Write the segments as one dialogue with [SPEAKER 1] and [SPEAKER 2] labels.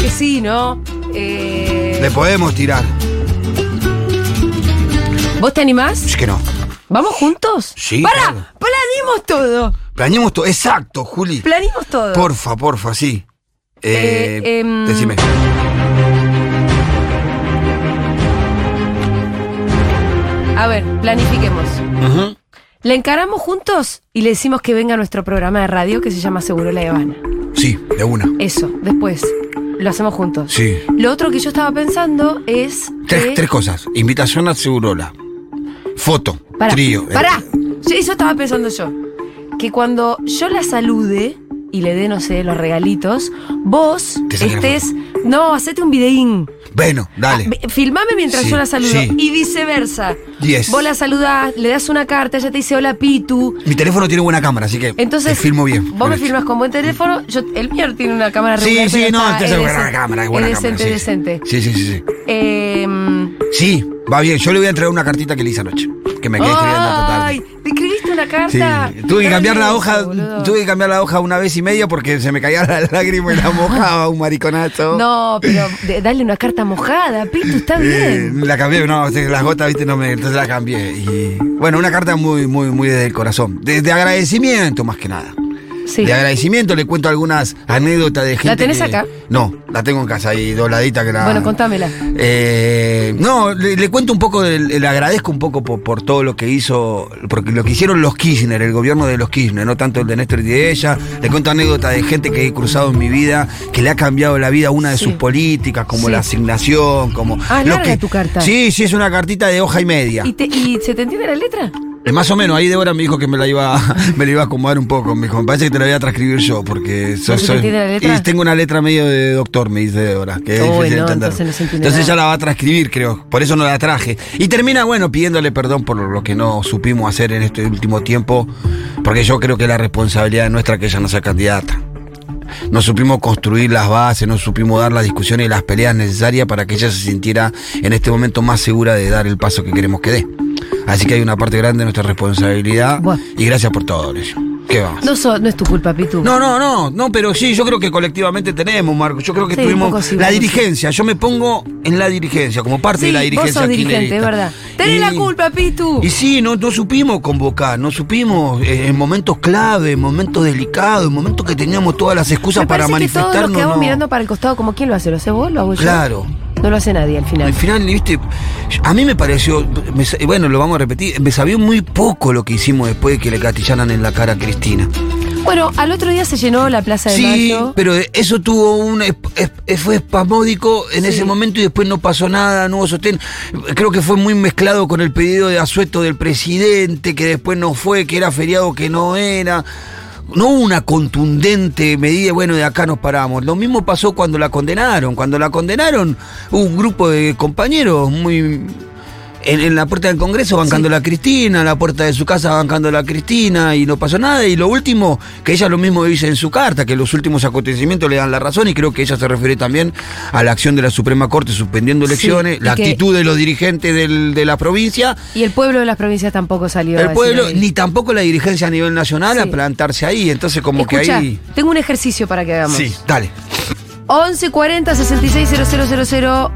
[SPEAKER 1] que sí, ¿no? Eh,
[SPEAKER 2] Le podemos tirar.
[SPEAKER 1] ¿Vos te animás?
[SPEAKER 2] Es que no.
[SPEAKER 1] ¿Vamos juntos?
[SPEAKER 2] Sí,
[SPEAKER 1] ¡Para!
[SPEAKER 2] claro.
[SPEAKER 1] ¡Planimos todo!
[SPEAKER 2] Planeemos todo. Exacto, Juli.
[SPEAKER 1] ¡Planimos todo!
[SPEAKER 2] Porfa, porfa, sí. Eh,
[SPEAKER 1] Eh, em.
[SPEAKER 2] decime.
[SPEAKER 1] A ver, planifiquemos. Le encaramos juntos y le decimos que venga a nuestro programa de radio que se llama Seguro La Habana.
[SPEAKER 2] Sí, de una.
[SPEAKER 1] Eso, después. Lo hacemos juntos.
[SPEAKER 2] Sí.
[SPEAKER 1] Lo otro que yo estaba pensando es. que-
[SPEAKER 2] Tres, tres cosas. Invitación a Segurola. Foto.
[SPEAKER 1] Pará,
[SPEAKER 2] Trío. eh,
[SPEAKER 1] Pará. Yo- eso estaba pensando yo. Que cuando yo la salude y le dé, no sé, los regalitos, vos
[SPEAKER 2] Te saqué la
[SPEAKER 1] estés. No, hacete un videín.
[SPEAKER 2] Bueno, dale.
[SPEAKER 1] Ve- Filmame mientras
[SPEAKER 2] Sí,
[SPEAKER 1] yo la saludo.
[SPEAKER 2] sí.
[SPEAKER 1] Y viceversa.
[SPEAKER 2] Yes.
[SPEAKER 1] Vos la saludás, le das una carta, ella te dice hola Pitu.
[SPEAKER 2] Mi teléfono tiene buena cámara, así que
[SPEAKER 1] Entonces.
[SPEAKER 2] te filmo bien.
[SPEAKER 1] Vos
[SPEAKER 2] con
[SPEAKER 1] me
[SPEAKER 2] esto.
[SPEAKER 1] filmas con buen teléfono. Yo, el mío tiene una cámara
[SPEAKER 2] Sí,
[SPEAKER 1] regular,
[SPEAKER 2] sí,
[SPEAKER 1] pero
[SPEAKER 2] no,
[SPEAKER 1] está-
[SPEAKER 2] esta es
[SPEAKER 1] es
[SPEAKER 2] buena
[SPEAKER 1] decente-
[SPEAKER 2] cámara, es buena
[SPEAKER 1] es
[SPEAKER 2] cámara. sí,
[SPEAKER 1] decente,
[SPEAKER 2] Sí, sí, sí, sí.
[SPEAKER 1] decente. Em,
[SPEAKER 2] Sí, va bien. Yo le voy a entregar una cartita que le hice anoche. Que
[SPEAKER 1] Ah,
[SPEAKER 2] me quedé escribiendo hasta
[SPEAKER 1] Ay,
[SPEAKER 2] tarde.
[SPEAKER 1] ¿te escribiste una
[SPEAKER 2] Sí,
[SPEAKER 1] carta?
[SPEAKER 2] tuve que
[SPEAKER 1] Qué
[SPEAKER 2] cambiar la
[SPEAKER 1] hermoso,
[SPEAKER 2] hoja,
[SPEAKER 1] boludo.
[SPEAKER 2] tuve que cambiar la hoja una vez y media porque se me caía la lágrima y la mojaba un mariconazo.
[SPEAKER 1] No, pero de- dale una carta mojada, Pitu, está
[SPEAKER 2] Eh,
[SPEAKER 1] bien.
[SPEAKER 2] la cambié, no, sí, las gotas, viste, no me, entonces la cambié. Y, bueno, una carta muy, muy, muy desde el corazón. De, de agradecimiento, más que nada.
[SPEAKER 1] Sí.
[SPEAKER 2] De agradecimiento le cuento algunas anécdotas de gente.
[SPEAKER 1] tenés
[SPEAKER 2] que-
[SPEAKER 1] acá?
[SPEAKER 2] No, la tengo en casa ahí dobladita que la.
[SPEAKER 1] Bueno, contámela.
[SPEAKER 2] Eh, no, le, le cuento un poco, del- le agradezco un poco por, por todo lo que hizo, porque lo que hicieron los Kirchner, el gobierno de los Kirchner, no tanto el de Néstor y de ella. Le cuento anécdotas de gente que he cruzado en mi vida, que le ha cambiado la vida a una de
[SPEAKER 1] Sí.
[SPEAKER 2] sus políticas, como
[SPEAKER 1] Sí.
[SPEAKER 2] la asignación, como.
[SPEAKER 1] Ah,
[SPEAKER 2] lo
[SPEAKER 1] larga tu carta.
[SPEAKER 2] Sí, sí, es una cartita de hoja y media.
[SPEAKER 1] ¿Y, te- y se te entiende la letra?
[SPEAKER 2] Eh, Más o menos, ahí Débora me dijo que me la iba, me la iba a acomodar un poco. Me dijo, me parece que te la voy a transcribir yo, porque soy,
[SPEAKER 1] se te entiende la letra?
[SPEAKER 2] y tengo una letra medio de doctor, me dice Débora, que es
[SPEAKER 1] Oh,
[SPEAKER 2] difícil
[SPEAKER 1] no,
[SPEAKER 2] de entender.
[SPEAKER 1] entonces no se entiende
[SPEAKER 2] Entonces
[SPEAKER 1] nada.
[SPEAKER 2] ella la va a transcribir, creo. Por eso no la traje. Y termina, bueno, pidiéndole perdón por lo que no supimos hacer en este último tiempo, porque yo creo que la responsabilidad es nuestra que ella no sea candidata. No supimos construir las bases, no supimos dar las discusiones y las peleas necesarias para que ella se sintiera en este momento más segura de dar el paso que queremos que dé. Así que hay una parte grande de nuestra responsabilidad
[SPEAKER 1] Bueno.
[SPEAKER 2] y gracias por todo, Lorenzo. ¿Qué vamos?
[SPEAKER 1] No, so- no es tu culpa, Pitu.
[SPEAKER 2] No, no, no, no, pero sí, yo creo que colectivamente tenemos, Marco. Yo creo que
[SPEAKER 1] Sí, un
[SPEAKER 2] tuvimos
[SPEAKER 1] poco sí, un
[SPEAKER 2] la
[SPEAKER 1] poco sí.
[SPEAKER 2] dirigencia. Yo me pongo en la dirigencia, como parte
[SPEAKER 1] Sí,
[SPEAKER 2] de la dirigencia.
[SPEAKER 1] vos sos dirigente,
[SPEAKER 2] kirchnerista.
[SPEAKER 1] es verdad. Tenés
[SPEAKER 2] Y-
[SPEAKER 1] la culpa, Pitu.
[SPEAKER 2] Y sí, no, no supimos convocar, no supimos eh, en momentos clave, en momentos delicados, en momentos que teníamos todas las excusas
[SPEAKER 1] Me
[SPEAKER 2] para
[SPEAKER 1] parece que todos
[SPEAKER 2] manifestarnos.
[SPEAKER 1] nos quedamos
[SPEAKER 2] no.
[SPEAKER 1] mirando para el costado como quién lo hace, ¿lo hace vos? ¿Lo hago yo?
[SPEAKER 2] Claro.
[SPEAKER 1] No lo hace nadie al final.
[SPEAKER 2] Al final, viste, a mí me pareció, me sa- bueno, lo vamos a repetir, me sabió muy poco lo que hicimos después de que le catillaran en la cara a Cristina.
[SPEAKER 1] Bueno, al otro día se llenó la Plaza de
[SPEAKER 2] Sí,
[SPEAKER 1] Mayo.
[SPEAKER 2] pero eso tuvo un esp- esp- eh, fue espasmódico en
[SPEAKER 1] Sí.
[SPEAKER 2] ese momento y después no pasó nada, no hubo sostén. Creo que fue muy mezclado con el pedido de asueto del presidente, que después no fue, que era feriado, que no era. No hubo una contundente medida, bueno, de acá nos paramos. Lo mismo pasó cuando la condenaron. Cuando la condenaron, hubo un grupo de compañeros muy en, en la puerta del Congreso bancando a Cristina, en la puerta de su casa bancando a Cristina y no pasó nada. Y lo último, que ella lo mismo dice en su carta, que los últimos acontecimientos le dan la razón y creo que ella se refiere también a la acción de la Suprema Corte suspendiendo
[SPEAKER 1] Sí,
[SPEAKER 2] elecciones,
[SPEAKER 1] y
[SPEAKER 2] la
[SPEAKER 1] que-
[SPEAKER 2] actitud de los dirigentes del- de la provincia.
[SPEAKER 1] Y el pueblo de las provincias tampoco salió. a
[SPEAKER 2] El
[SPEAKER 1] decir
[SPEAKER 2] pueblo,
[SPEAKER 1] nada.
[SPEAKER 2] ni tampoco la dirigencia a nivel nacional a
[SPEAKER 1] Sí.
[SPEAKER 2] plantarse ahí. Entonces, como que
[SPEAKER 1] Escuchá,
[SPEAKER 2] ahí.
[SPEAKER 1] tengo un ejercicio para que hagamos.
[SPEAKER 2] Sí, dale.
[SPEAKER 1] 1140 000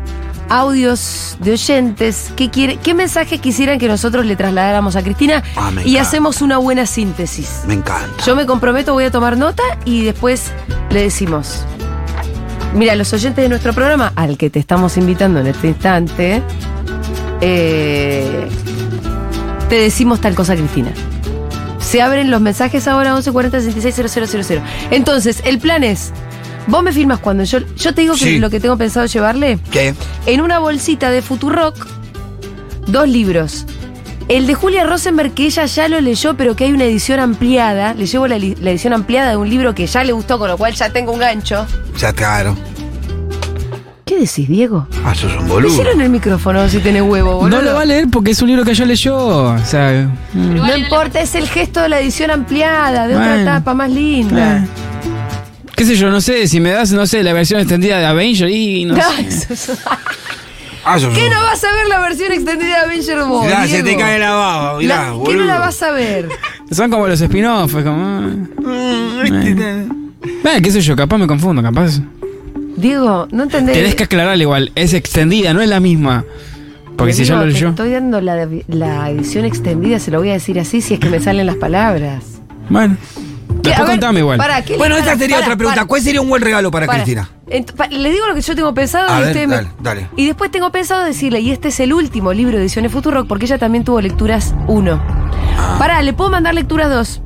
[SPEAKER 1] audios de oyentes. ¿Qué, quiere, qué mensajes quisieran que nosotros le trasladáramos a Cristina?
[SPEAKER 2] Ah, me
[SPEAKER 1] y
[SPEAKER 2] encanta.
[SPEAKER 1] hacemos una buena síntesis.
[SPEAKER 2] Me encanta.
[SPEAKER 1] Yo me comprometo, voy a tomar nota y después le decimos. Mira, los oyentes de nuestro programa, al que te estamos invitando en este instante, eh, te decimos tal cosa, Cristina. Se abren los mensajes ahora 1140 660000. Entonces, el plan es, vos me firmas cuando yo, yo te digo que
[SPEAKER 2] Sí.
[SPEAKER 1] lo que tengo pensado llevarle
[SPEAKER 2] ¿Qué?
[SPEAKER 1] en una bolsita de Futurock dos libros. El de Julia Rosenberg, que ella ya lo leyó, pero que hay una edición ampliada. Le llevo la, li- la edición ampliada de un libro que ya le gustó, con lo cual ya tengo un gancho.
[SPEAKER 2] Ya claro.
[SPEAKER 1] ¿Qué decís, Diego?
[SPEAKER 2] Ah, sos un
[SPEAKER 1] Decilo
[SPEAKER 2] boludo.
[SPEAKER 1] en el micrófono si tenés huevo, boludo.
[SPEAKER 3] No lo va a leer porque es un libro que yo leyó. O sea, mm,
[SPEAKER 1] No importa, es el gesto de la edición ampliada, de otra
[SPEAKER 3] Bueno.
[SPEAKER 1] etapa más linda.
[SPEAKER 3] mm, qué sé yo, no sé, si me das, no sé, la versión extendida de Avenger y no,
[SPEAKER 1] No,
[SPEAKER 3] sé.
[SPEAKER 1] eso es-
[SPEAKER 2] Ah, sos un-
[SPEAKER 1] ¿Qué no vas a ver la versión extendida de Avenger Ball?
[SPEAKER 2] Mirá, se te
[SPEAKER 1] Diego?
[SPEAKER 2] cae la baba, mirá,
[SPEAKER 1] La- ¿Qué
[SPEAKER 2] boludo.
[SPEAKER 1] no la vas a ver?
[SPEAKER 3] Son como los spin-offs, como... ah.
[SPEAKER 2] Mm, viste,
[SPEAKER 3] Bueno, qué sé yo, capaz me confundo, capaz.
[SPEAKER 1] Diego, no entendés.
[SPEAKER 3] Tenés que aclarar igual, es extendida, no es la misma. Porque si
[SPEAKER 1] Diego,
[SPEAKER 3] yo lo
[SPEAKER 1] te
[SPEAKER 3] leyó.
[SPEAKER 1] Estoy dando la, la edición extendida, se lo voy a decir así si es que me salen las palabras.
[SPEAKER 3] Bueno.
[SPEAKER 1] A ver,
[SPEAKER 3] Después contame igual.
[SPEAKER 1] pará, ¿qué le-
[SPEAKER 2] Bueno,
[SPEAKER 1] pará,
[SPEAKER 2] esa sería
[SPEAKER 1] pará,
[SPEAKER 2] otra pregunta.
[SPEAKER 1] pará,
[SPEAKER 2] ¿Cuál sería un buen regalo para
[SPEAKER 1] pará.
[SPEAKER 2] Cristina?
[SPEAKER 1] Ent- pa- le digo lo que yo tengo pensado
[SPEAKER 2] A
[SPEAKER 1] y
[SPEAKER 2] ver,
[SPEAKER 1] ustedes este me-
[SPEAKER 2] dale, dale.
[SPEAKER 1] Y después tengo pensado decirle, y este es el último libro de Ediciones Futuro, porque ella también tuvo lecturas 1.
[SPEAKER 2] Ah.
[SPEAKER 1] Pará, le puedo mandar lecturas 2.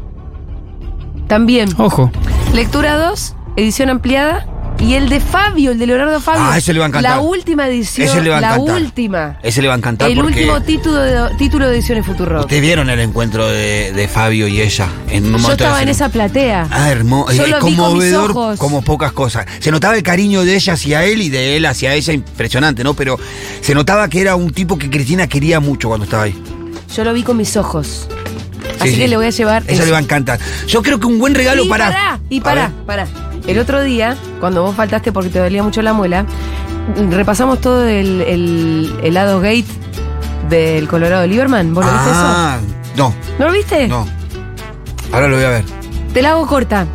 [SPEAKER 1] También.
[SPEAKER 3] Ojo.
[SPEAKER 1] Lectura 2, edición ampliada. Y el de Fabio, el de Leonardo Fabio.
[SPEAKER 2] Ah, ese le va a encantar.
[SPEAKER 1] La última edición.
[SPEAKER 2] Ese le va a
[SPEAKER 1] la
[SPEAKER 2] encantar.
[SPEAKER 1] última.
[SPEAKER 2] Ese le va a encantar
[SPEAKER 1] el
[SPEAKER 2] porque
[SPEAKER 1] último título de, título de Ediciones Futuro.
[SPEAKER 2] ustedes vieron el encuentro de, de Fabio y ella. En un
[SPEAKER 1] Yo
[SPEAKER 2] momento
[SPEAKER 1] estaba
[SPEAKER 2] de-
[SPEAKER 1] en esa platea.
[SPEAKER 2] Ah, hermoso.
[SPEAKER 1] Yo lo vi con mis
[SPEAKER 2] conmovedor
[SPEAKER 1] ojos.
[SPEAKER 2] como pocas cosas. Se notaba el cariño de ella hacia él y de él hacia ella, impresionante, ¿no? Pero se notaba que era un tipo que Cristina quería mucho cuando estaba ahí.
[SPEAKER 1] Yo lo vi con mis ojos.
[SPEAKER 2] Sí,
[SPEAKER 1] Así
[SPEAKER 2] sí.
[SPEAKER 1] que le voy a llevar.
[SPEAKER 2] Ella
[SPEAKER 1] eso.
[SPEAKER 2] le va a encantar. Yo creo que un buen regalo
[SPEAKER 1] y
[SPEAKER 2] para.
[SPEAKER 1] pará, y
[SPEAKER 2] A
[SPEAKER 1] pará,
[SPEAKER 2] ver.
[SPEAKER 1] pará. El otro día, cuando vos faltaste porque te dolía mucho la muela, repasamos todo el, el, el lado gate del Colorado Lieberman. ¿Vos lo viste eso?
[SPEAKER 2] ah, no,
[SPEAKER 1] ¿No lo viste?
[SPEAKER 2] no. Ahora lo voy a ver.
[SPEAKER 1] Te la hago corta.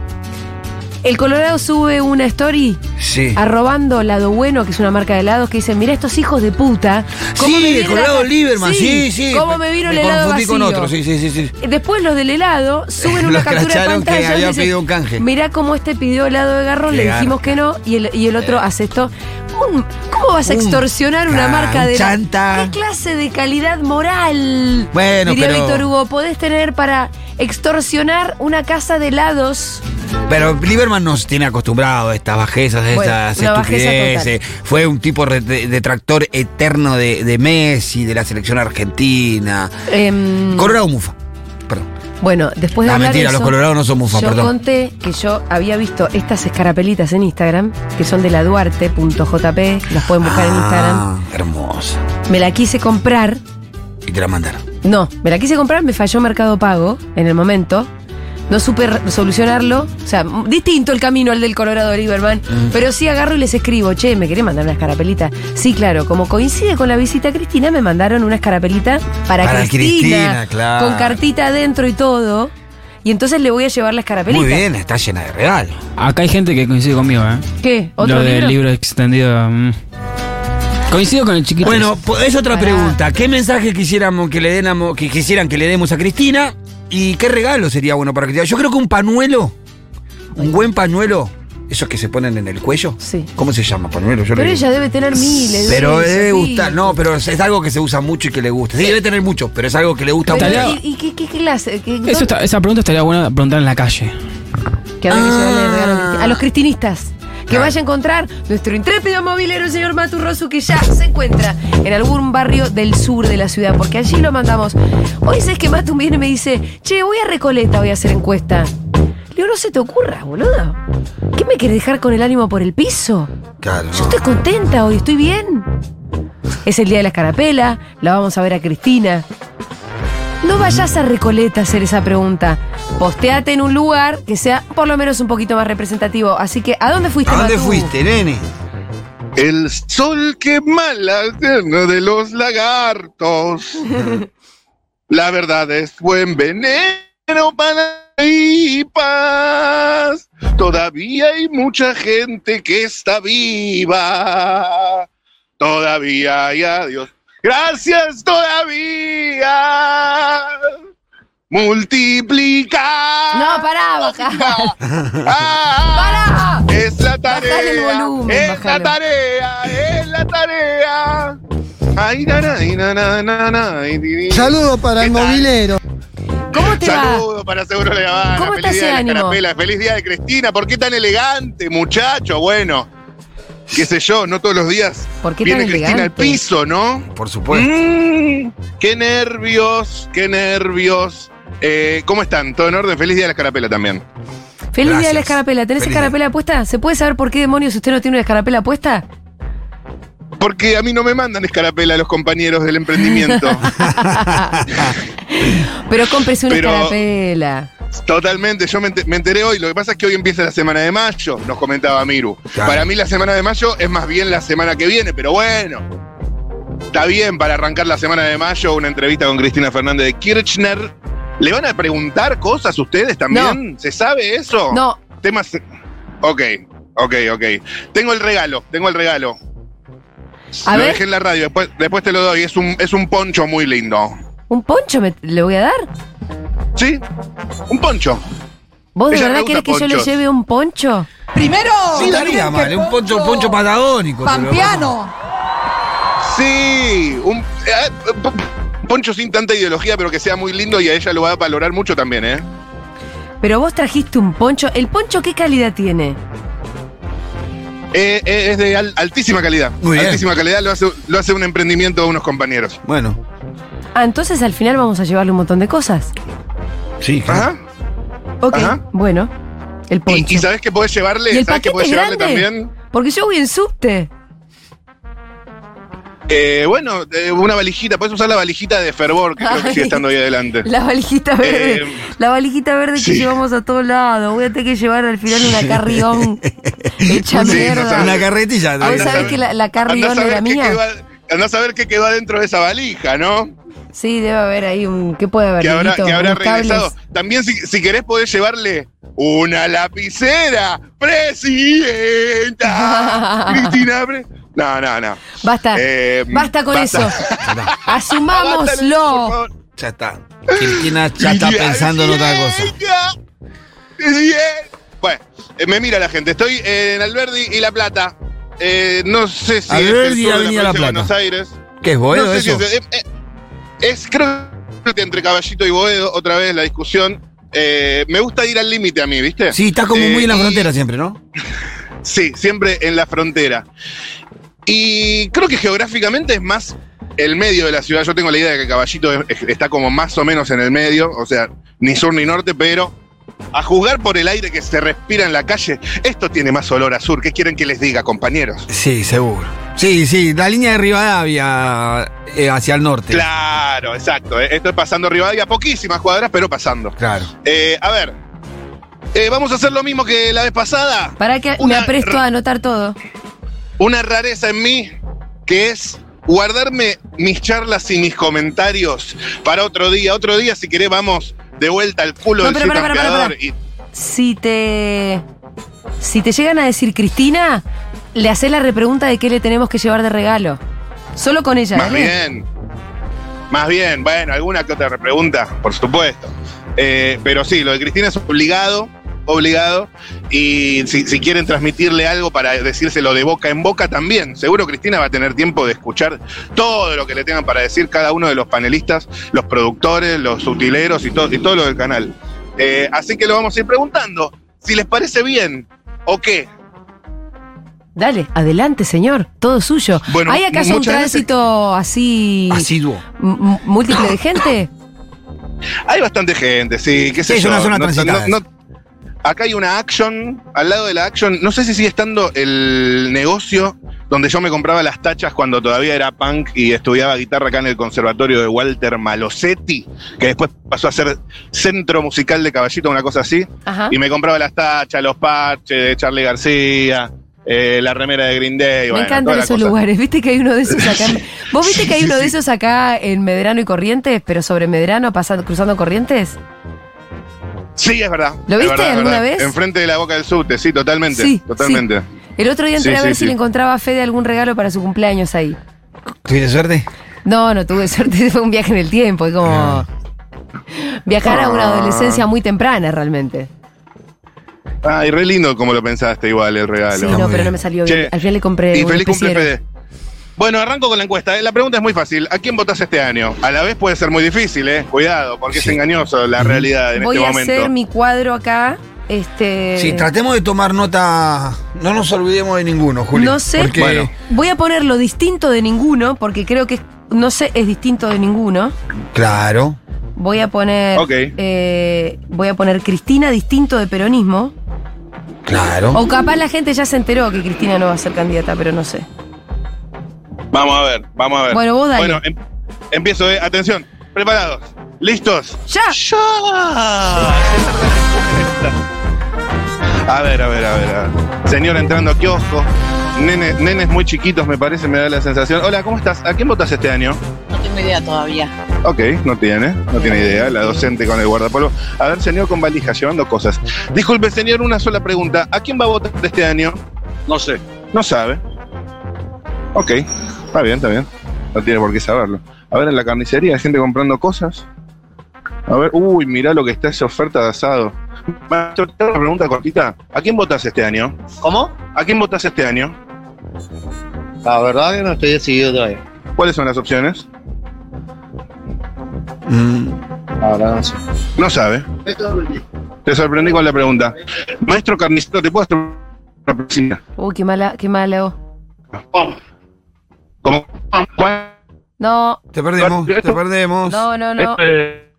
[SPEAKER 1] El Colorado sube una story
[SPEAKER 2] Sí.
[SPEAKER 1] arrobando Lado Bueno, que es una marca de helados, que dice, mirá estos hijos de puta. cómo me
[SPEAKER 2] Sí, el
[SPEAKER 1] viene la
[SPEAKER 2] Colorado
[SPEAKER 1] ca-
[SPEAKER 2] Lieberman, sí, sí.
[SPEAKER 1] Cómo me vino el helado
[SPEAKER 2] confundí
[SPEAKER 1] vacío.
[SPEAKER 2] con otro, sí, sí, sí. sí.
[SPEAKER 1] Eh, Después los del helado suben
[SPEAKER 2] Los
[SPEAKER 1] una captura de
[SPEAKER 2] cacharon que
[SPEAKER 1] pantalla. y
[SPEAKER 2] había
[SPEAKER 1] dicen,
[SPEAKER 2] pedido un canje.
[SPEAKER 1] Mirá cómo este pidió helado de garrón,
[SPEAKER 2] Qué
[SPEAKER 1] le dijimos
[SPEAKER 2] garca.
[SPEAKER 1] que
[SPEAKER 2] Eh.
[SPEAKER 1] no, y el, y el otro aceptó. Un- ¿Cómo vas a
[SPEAKER 2] Un-
[SPEAKER 1] extorsionar una
[SPEAKER 2] Ah,
[SPEAKER 1] marca
[SPEAKER 2] un
[SPEAKER 1] de helado?
[SPEAKER 2] chanta.
[SPEAKER 1] ¿Qué clase de calidad moral?
[SPEAKER 2] Bueno,
[SPEAKER 1] diría
[SPEAKER 2] pero-
[SPEAKER 1] Víctor Hugo, podés tener para extorsionar una casa de helados.
[SPEAKER 2] Pero Lieberman nos tiene acostumbrado a estas bajezas, a
[SPEAKER 1] Bueno,
[SPEAKER 2] estas
[SPEAKER 1] una bajeza
[SPEAKER 2] estupideces. Fue un tipo re- de- detractor eterno de, de Messi, de la selección argentina.
[SPEAKER 1] Em,
[SPEAKER 2] Colorado Mufa. Perdón.
[SPEAKER 1] Bueno, después de
[SPEAKER 2] No,
[SPEAKER 1] hablar
[SPEAKER 2] Ah, mentira,
[SPEAKER 1] eso,
[SPEAKER 2] los colorados no son mufa,
[SPEAKER 1] yo
[SPEAKER 2] perdón.
[SPEAKER 1] conté que yo había visto estas escarapelitas en Instagram, que son de la Duarte.jp, las pueden buscar en Instagram.
[SPEAKER 2] Ah, Hermosa.
[SPEAKER 1] Me la quise comprar,
[SPEAKER 2] Y te la mandaron.
[SPEAKER 1] no, me la quise comprar, me falló Mercado Pago en el momento. No supe re- solucionarlo, o sea, m- distinto el camino al del Colorado Riverman,
[SPEAKER 2] Mm.
[SPEAKER 1] pero sí agarro y les escribo, che, ¿me querés mandar una escarapelita? Sí, claro, como coincide con la visita a Cristina, me mandaron una escarapelita para,
[SPEAKER 2] Para Cristina, claro.
[SPEAKER 1] con cartita adentro y todo, y entonces le voy a llevar la escarapelita.
[SPEAKER 2] Muy bien, está llena de regalos.
[SPEAKER 3] Acá hay gente que coincide conmigo, ¿eh?
[SPEAKER 1] ¿Qué? ¿Otro
[SPEAKER 3] lo
[SPEAKER 1] libro?
[SPEAKER 3] del libro extendido. mm. Coincido con el chiquito.
[SPEAKER 2] Bueno, po- es otra
[SPEAKER 1] Pará.
[SPEAKER 2] pregunta. ¿Qué mensaje quisiéramos que le den a mo- que quisieran que le demos a Cristina? ¿Y qué regalo sería bueno para Cristina? Yo creo que un pañuelo, un buen pañuelo, esos que se ponen en el cuello.
[SPEAKER 1] Sí.
[SPEAKER 2] ¿Cómo se llama pañuelo? Yo
[SPEAKER 1] Pero
[SPEAKER 2] le-
[SPEAKER 1] ella debe tener miles.
[SPEAKER 2] Pero eh,
[SPEAKER 1] de esos,
[SPEAKER 2] debe
[SPEAKER 1] sí.
[SPEAKER 2] gustar, no, pero es es algo que se usa mucho y que le gusta. Sí, debe tener muchos, pero es algo que le gusta
[SPEAKER 1] Pero,
[SPEAKER 2] mucho.
[SPEAKER 3] Estaría-
[SPEAKER 1] ¿Y, y qué, qué clase? ¿Qué-
[SPEAKER 3] Eso está- esa pregunta estaría buena preguntar en la calle.
[SPEAKER 1] Que habrá que llevarle de regalo a los cristi- a los
[SPEAKER 2] Ah.
[SPEAKER 1] cristinistas. Que
[SPEAKER 2] Claro.
[SPEAKER 1] vaya a encontrar nuestro intrépido movilero, el señor Maturrosu, que ya se encuentra en algún barrio del sur de la ciudad, porque allí lo mandamos. Hoy sabes que Matu viene y me dice, che, voy a Recoleta, voy a hacer encuesta. Le digo, no se te ocurra, boludo. ¿Qué me querés dejar con el ánimo por el piso?
[SPEAKER 2] Claro.
[SPEAKER 1] Yo estoy contenta hoy, estoy bien. Es el día de la escarapela, la vamos a ver a Cristina. No vayas a Recoleta a hacer esa pregunta. Posteate en un lugar que sea por lo menos un poquito más representativo. Así que, ¿a dónde fuiste,
[SPEAKER 2] ¿A dónde
[SPEAKER 1] Matú?
[SPEAKER 2] fuiste, nene?
[SPEAKER 4] El sol quema la cena de los lagartos. la verdad es buen veneno para pipas. Todavía hay mucha gente que está viva. Todavía hay adiós. Gracias todavía. Multiplicar.
[SPEAKER 1] No, pará, baja.
[SPEAKER 4] Ah.
[SPEAKER 1] ¡Pará!
[SPEAKER 4] Es la tarea.
[SPEAKER 1] Bajale el volumen,
[SPEAKER 4] es
[SPEAKER 1] bajalo.
[SPEAKER 4] la tarea. Es la tarea. Ay, na, na, ay, na, na, na, na, ay, di, di.
[SPEAKER 5] Saludos para
[SPEAKER 4] ¿Qué
[SPEAKER 5] el
[SPEAKER 4] tal?
[SPEAKER 5] movilero.
[SPEAKER 1] ¿Cómo te va?
[SPEAKER 4] Saludos para Seguro de la Habana.
[SPEAKER 1] ¿Cómo está
[SPEAKER 4] Feliz día
[SPEAKER 1] ese
[SPEAKER 4] de la
[SPEAKER 1] ánimo?
[SPEAKER 4] carapela. Feliz día de Cristina. ¿Por qué tan elegante, muchacho? Bueno, qué sé yo, no todos los días
[SPEAKER 1] ¿Por qué
[SPEAKER 4] viene
[SPEAKER 1] tan
[SPEAKER 4] Cristina al
[SPEAKER 1] elegante?
[SPEAKER 4] piso, ¿no?
[SPEAKER 2] Por supuesto.
[SPEAKER 4] Mm, qué nervios, qué nervios. Eh, ¿Cómo están? ¿Todo en orden? Feliz día de la carapela también.
[SPEAKER 1] Feliz día de la
[SPEAKER 2] Gracias.
[SPEAKER 1] escarapela. ¿Tenés
[SPEAKER 2] Feliz
[SPEAKER 1] escarapela puesta? ¿Se puede saber por qué demonios usted no tiene una escarapela puesta?
[SPEAKER 4] Porque a mí no me mandan escarapela los compañeros del emprendimiento.
[SPEAKER 1] Pero cómprese una
[SPEAKER 4] Pero-
[SPEAKER 1] escarapela.
[SPEAKER 4] Totalmente, yo me, ente- me enteré hoy. Lo que pasa es que hoy empieza la semana de mayo, nos comentaba Miru.
[SPEAKER 2] Claro.
[SPEAKER 4] Para mí la semana de mayo es más bien la semana que viene, pero bueno. Está bien para arrancar la semana de mayo una entrevista con Cristina Fernández de Kirchner. ¿Le van a preguntar cosas ustedes también? ¿Se sabe eso?
[SPEAKER 1] No,
[SPEAKER 4] Temas... Ok. Ok, ok. Tengo el regalo, tengo el regalo.
[SPEAKER 1] A
[SPEAKER 4] lo
[SPEAKER 1] ver.
[SPEAKER 4] dejé en la radio, después, después te lo doy. Es un, es un poncho muy lindo.
[SPEAKER 1] ¿Un poncho me- le voy a dar?
[SPEAKER 4] ¿Sí? Un poncho.
[SPEAKER 1] ¿Vos de
[SPEAKER 4] Ella
[SPEAKER 1] verdad
[SPEAKER 4] me
[SPEAKER 1] querés
[SPEAKER 4] gusta
[SPEAKER 1] que yo le
[SPEAKER 4] ponchos.
[SPEAKER 1] lleve un poncho?
[SPEAKER 5] Primero.
[SPEAKER 2] Sí, daría
[SPEAKER 5] Daniel,
[SPEAKER 2] mal,
[SPEAKER 5] que
[SPEAKER 2] un poncho, poncho patagónico. pero bueno.
[SPEAKER 5] Pampeano.
[SPEAKER 4] Sí, un eh, p- poncho sin tanta ideología, pero que sea muy lindo y a ella lo va a valorar mucho también, ¿eh?
[SPEAKER 1] Pero vos trajiste un poncho. ¿El poncho qué calidad tiene?
[SPEAKER 4] Eh, eh, es de al- altísima calidad.
[SPEAKER 2] Muy bien.
[SPEAKER 4] Altísima calidad lo hace, lo hace un emprendimiento de unos compañeros.
[SPEAKER 2] Bueno,
[SPEAKER 1] Ah, entonces al final vamos a llevarle un montón de cosas.
[SPEAKER 2] sí. claro.
[SPEAKER 4] Ajá.
[SPEAKER 1] Ok,
[SPEAKER 4] Ajá.
[SPEAKER 1] bueno. El poncho.
[SPEAKER 4] Y, y sabes que podés llevarle,
[SPEAKER 1] ¿Y el
[SPEAKER 4] sabes
[SPEAKER 1] paquete
[SPEAKER 4] que podés
[SPEAKER 1] es
[SPEAKER 4] llevarle
[SPEAKER 1] grande?
[SPEAKER 4] también.
[SPEAKER 1] Porque yo voy en subte.
[SPEAKER 4] Eh, bueno, eh, una valijita, podés usar la valijita de fervor, que creo que sigue
[SPEAKER 1] Ay.
[SPEAKER 4] estando ahí adelante.
[SPEAKER 1] La valijita verde.
[SPEAKER 4] Eh,
[SPEAKER 1] la valijita verde que
[SPEAKER 4] sí.
[SPEAKER 1] llevamos a todos lados. Voy a tener que llevar al final una carrión. hecha
[SPEAKER 4] Eh, Sí, no
[SPEAKER 1] mierda. Ah,
[SPEAKER 4] sabes.
[SPEAKER 2] Una carretilla.
[SPEAKER 1] Vos
[SPEAKER 4] Anda a
[SPEAKER 1] sabés
[SPEAKER 4] saber-
[SPEAKER 1] que la, la
[SPEAKER 4] Andá a
[SPEAKER 1] carrión
[SPEAKER 4] saber
[SPEAKER 1] era
[SPEAKER 4] qué
[SPEAKER 1] mía.
[SPEAKER 4] quedó a- andá a saber qué quedó adentro de esa valija, ¿no?
[SPEAKER 1] Sí, debe haber ahí un. ¿Qué puede haber?
[SPEAKER 4] que habrá,
[SPEAKER 1] Dieguito?
[SPEAKER 4] que habrá
[SPEAKER 1] Unos cables.
[SPEAKER 4] regresado. También, si, si querés, podés llevarle una lapicera,
[SPEAKER 1] Ah.
[SPEAKER 4] presidenta. Ah, Cristina, pre- No, no, no.
[SPEAKER 1] Basta.
[SPEAKER 4] Eh,
[SPEAKER 1] basta con
[SPEAKER 4] basta.
[SPEAKER 1] eso.
[SPEAKER 4] Basta, Luis, por
[SPEAKER 1] Asumámoslo.
[SPEAKER 4] favor.
[SPEAKER 2] Ya está. Cristina ya está
[SPEAKER 4] Cristina,
[SPEAKER 2] pensando en otra cosa.
[SPEAKER 4] Cristina. Cristina. Bueno, eh, me mira la gente. Estoy eh, en Alberdi y La Plata. Eh, no sé si es el
[SPEAKER 2] Alberdi y
[SPEAKER 4] sur de
[SPEAKER 2] Avenida La
[SPEAKER 4] provincia de
[SPEAKER 2] Plata.
[SPEAKER 4] Buenos Aires.
[SPEAKER 2] ¿Qué es Boedo
[SPEAKER 4] no sé
[SPEAKER 2] eso?
[SPEAKER 4] si es, eh, eh, es, creo que entre Caballito y Boedo, otra vez la discusión. Eh, me gusta ir al límite a mí, ¿viste?
[SPEAKER 2] Sí, está como muy en la
[SPEAKER 4] Eh, y-
[SPEAKER 2] frontera siempre, ¿no?
[SPEAKER 4] Sí, siempre en la frontera. Y creo que geográficamente es más el medio de la ciudad. Yo tengo la idea de que Caballito es- es- está como más o menos en el medio, o sea, ni sur ni norte, pero a juzgar por el aire que se respira en la calle, esto tiene más olor a sur. ¿Qué quieren que les diga, compañeros?
[SPEAKER 2] Sí, seguro. Sí, sí, la línea de Rivadavia eh, hacia el norte.
[SPEAKER 4] Claro, exacto. eh. Esto es pasando Rivadavia, poquísimas cuadras, pero pasando.
[SPEAKER 2] Claro.
[SPEAKER 4] Eh, a ver, eh, vamos a hacer lo mismo que la vez pasada.
[SPEAKER 1] Para que
[SPEAKER 4] Una-
[SPEAKER 1] me apresto a anotar todo.
[SPEAKER 4] una rareza en mí que es guardarme mis charlas y mis comentarios para otro día. Otro día, si querés, vamos de vuelta al culo
[SPEAKER 1] No,
[SPEAKER 4] del
[SPEAKER 1] pero
[SPEAKER 4] soy
[SPEAKER 1] pará, pará, pará,
[SPEAKER 4] campeador
[SPEAKER 1] pará.
[SPEAKER 4] y-
[SPEAKER 1] Si te. Si te llegan a decir Cristina, le haces la repregunta de qué le tenemos que llevar de regalo. Solo con ella,
[SPEAKER 4] Más
[SPEAKER 1] ¿eh?
[SPEAKER 4] bien. Más bien, bueno, alguna que otra pregunta, por supuesto. Eh, pero sí, lo de Cristina es obligado, obligado. Y si, si quieren transmitirle algo para decírselo de boca en boca también, seguro Cristina va a tener tiempo de escuchar todo lo que le tengan para decir cada uno de los panelistas, los productores, los utileros y, todo y todo lo del canal. Eh, así que lo vamos a ir preguntando si les parece bien o qué.
[SPEAKER 1] Dale, adelante, señor. Todo suyo.
[SPEAKER 4] Bueno,
[SPEAKER 1] ¿Hay acaso un
[SPEAKER 4] muchas gracias.
[SPEAKER 1] tránsito así.
[SPEAKER 2] Asiduo.
[SPEAKER 1] m- m- múltiple de gente?
[SPEAKER 4] Hay bastante gente, sí, qué sé
[SPEAKER 2] Sí, es
[SPEAKER 4] yo.
[SPEAKER 2] una zona
[SPEAKER 4] No-
[SPEAKER 2] transitada.
[SPEAKER 4] no- no- acá hay una Action, al lado de la Action, no sé si sigue estando el negocio donde yo me compraba las tachas cuando todavía era punk y estudiaba guitarra acá en el conservatorio de Walter Malosetti, que después pasó a ser centro musical de Caballito, una cosa así,
[SPEAKER 1] Ajá.
[SPEAKER 4] y me compraba las tachas, los parches de Charlie García, eh, la remera de Green Day,
[SPEAKER 1] Me
[SPEAKER 4] bueno, toda
[SPEAKER 1] encantan
[SPEAKER 4] la
[SPEAKER 1] esos
[SPEAKER 4] cosa.
[SPEAKER 1] lugares. Viste que hay uno de esos acá. en- ¿Vos viste que hay
[SPEAKER 4] Sí,
[SPEAKER 1] uno de
[SPEAKER 4] sí.
[SPEAKER 1] esos acá en Medrano y Corrientes, pero sobre Medrano, pasando, cruzando Corrientes?
[SPEAKER 4] Sí, es verdad.
[SPEAKER 1] ¿Lo
[SPEAKER 4] es
[SPEAKER 1] viste
[SPEAKER 4] verdad, es
[SPEAKER 1] alguna
[SPEAKER 4] verdad.
[SPEAKER 1] vez?
[SPEAKER 4] Enfrente de la boca del subte, sí, totalmente.
[SPEAKER 1] Sí,
[SPEAKER 4] totalmente.
[SPEAKER 1] El otro día entré
[SPEAKER 4] Sí,
[SPEAKER 1] a
[SPEAKER 4] sí,
[SPEAKER 1] ver si
[SPEAKER 4] sí.
[SPEAKER 1] le encontraba a Fede algún regalo para su cumpleaños ahí.
[SPEAKER 2] ¿Tuviste suerte?
[SPEAKER 1] No, no tuve suerte, fue un viaje en el tiempo, es
[SPEAKER 2] Ah.
[SPEAKER 1] como viajar a una
[SPEAKER 4] Ah.
[SPEAKER 1] adolescencia muy temprana realmente.
[SPEAKER 4] Ay, Ah, re lindo como lo pensaste igual el
[SPEAKER 1] Sí,
[SPEAKER 4] regalo.
[SPEAKER 1] no,
[SPEAKER 2] muy
[SPEAKER 1] pero
[SPEAKER 2] bien.
[SPEAKER 1] no me salió
[SPEAKER 4] Che,
[SPEAKER 1] bien. Al final le compré
[SPEAKER 4] y
[SPEAKER 1] un
[SPEAKER 4] feliz cumple,
[SPEAKER 1] especiero.
[SPEAKER 4] Fede. Bueno, arranco con la encuesta. ¿eh? La pregunta es muy fácil. ¿A quién votás este año? A la vez puede ser muy difícil, ¿eh? Cuidado, porque
[SPEAKER 2] Sí.
[SPEAKER 4] es engañoso la realidad en
[SPEAKER 1] Voy
[SPEAKER 4] este
[SPEAKER 1] a
[SPEAKER 4] momento.
[SPEAKER 1] hacer mi cuadro acá. Este,
[SPEAKER 2] Sí, tratemos de tomar nota. No nos olvidemos de ninguno, Julio.
[SPEAKER 1] no sé.
[SPEAKER 2] Porque
[SPEAKER 4] Bueno.
[SPEAKER 1] Voy a ponerlo distinto de ninguno, porque creo que es- no sé, es distinto de ninguno.
[SPEAKER 2] Claro.
[SPEAKER 1] Voy a poner.
[SPEAKER 4] Ok.
[SPEAKER 1] eh, voy a poner Cristina distinto de peronismo.
[SPEAKER 2] Claro.
[SPEAKER 1] O capaz la gente ya se enteró que Cristina no va a ser candidata, pero no sé.
[SPEAKER 4] Vamos a ver, vamos a ver.
[SPEAKER 1] Bueno, vos dale.
[SPEAKER 4] Bueno, em- empiezo, ¿eh? Atención. Preparados. ¿Listos?
[SPEAKER 1] ¡Ya!
[SPEAKER 4] ¡Ya! A ver, a ver, a ver, a ver. Señora entrando a kiosco. Nene- nenes muy chiquitos, me parece, me da la sensación. Hola, ¿cómo estás? ¿A quién votas este año?
[SPEAKER 6] No tengo idea todavía.
[SPEAKER 4] Ok, no tiene, no tiene idea. La docente con el guardapolvo. A ver, señor, con valija, llevando cosas. Disculpe, señor, una sola pregunta. ¿A quién va a votar este año?
[SPEAKER 5] No sé.
[SPEAKER 4] No sabe. Ok, está bien, está bien. No tiene por qué saberlo. A ver, en la carnicería hay gente comprando cosas. A ver, uy, mirá lo que está esa oferta de asado. Maestro, te hago una pregunta cortita. ¿A quién votas este año?
[SPEAKER 5] ¿Cómo?
[SPEAKER 4] ¿A quién votas este año?
[SPEAKER 5] La verdad que no estoy decidido todavía.
[SPEAKER 4] ¿Cuáles son las opciones?
[SPEAKER 5] La verdad no sé.
[SPEAKER 4] No sabe. Te sorprendí con la pregunta. Maestro carnicero, ¿te puedo hacer una pregunta?
[SPEAKER 1] Uy, qué mala, qué malo.
[SPEAKER 4] ¿Cómo? ¿Cuál?
[SPEAKER 1] No,
[SPEAKER 2] Te perdemos, te perdemos.
[SPEAKER 1] no, no, no.
[SPEAKER 6] Este,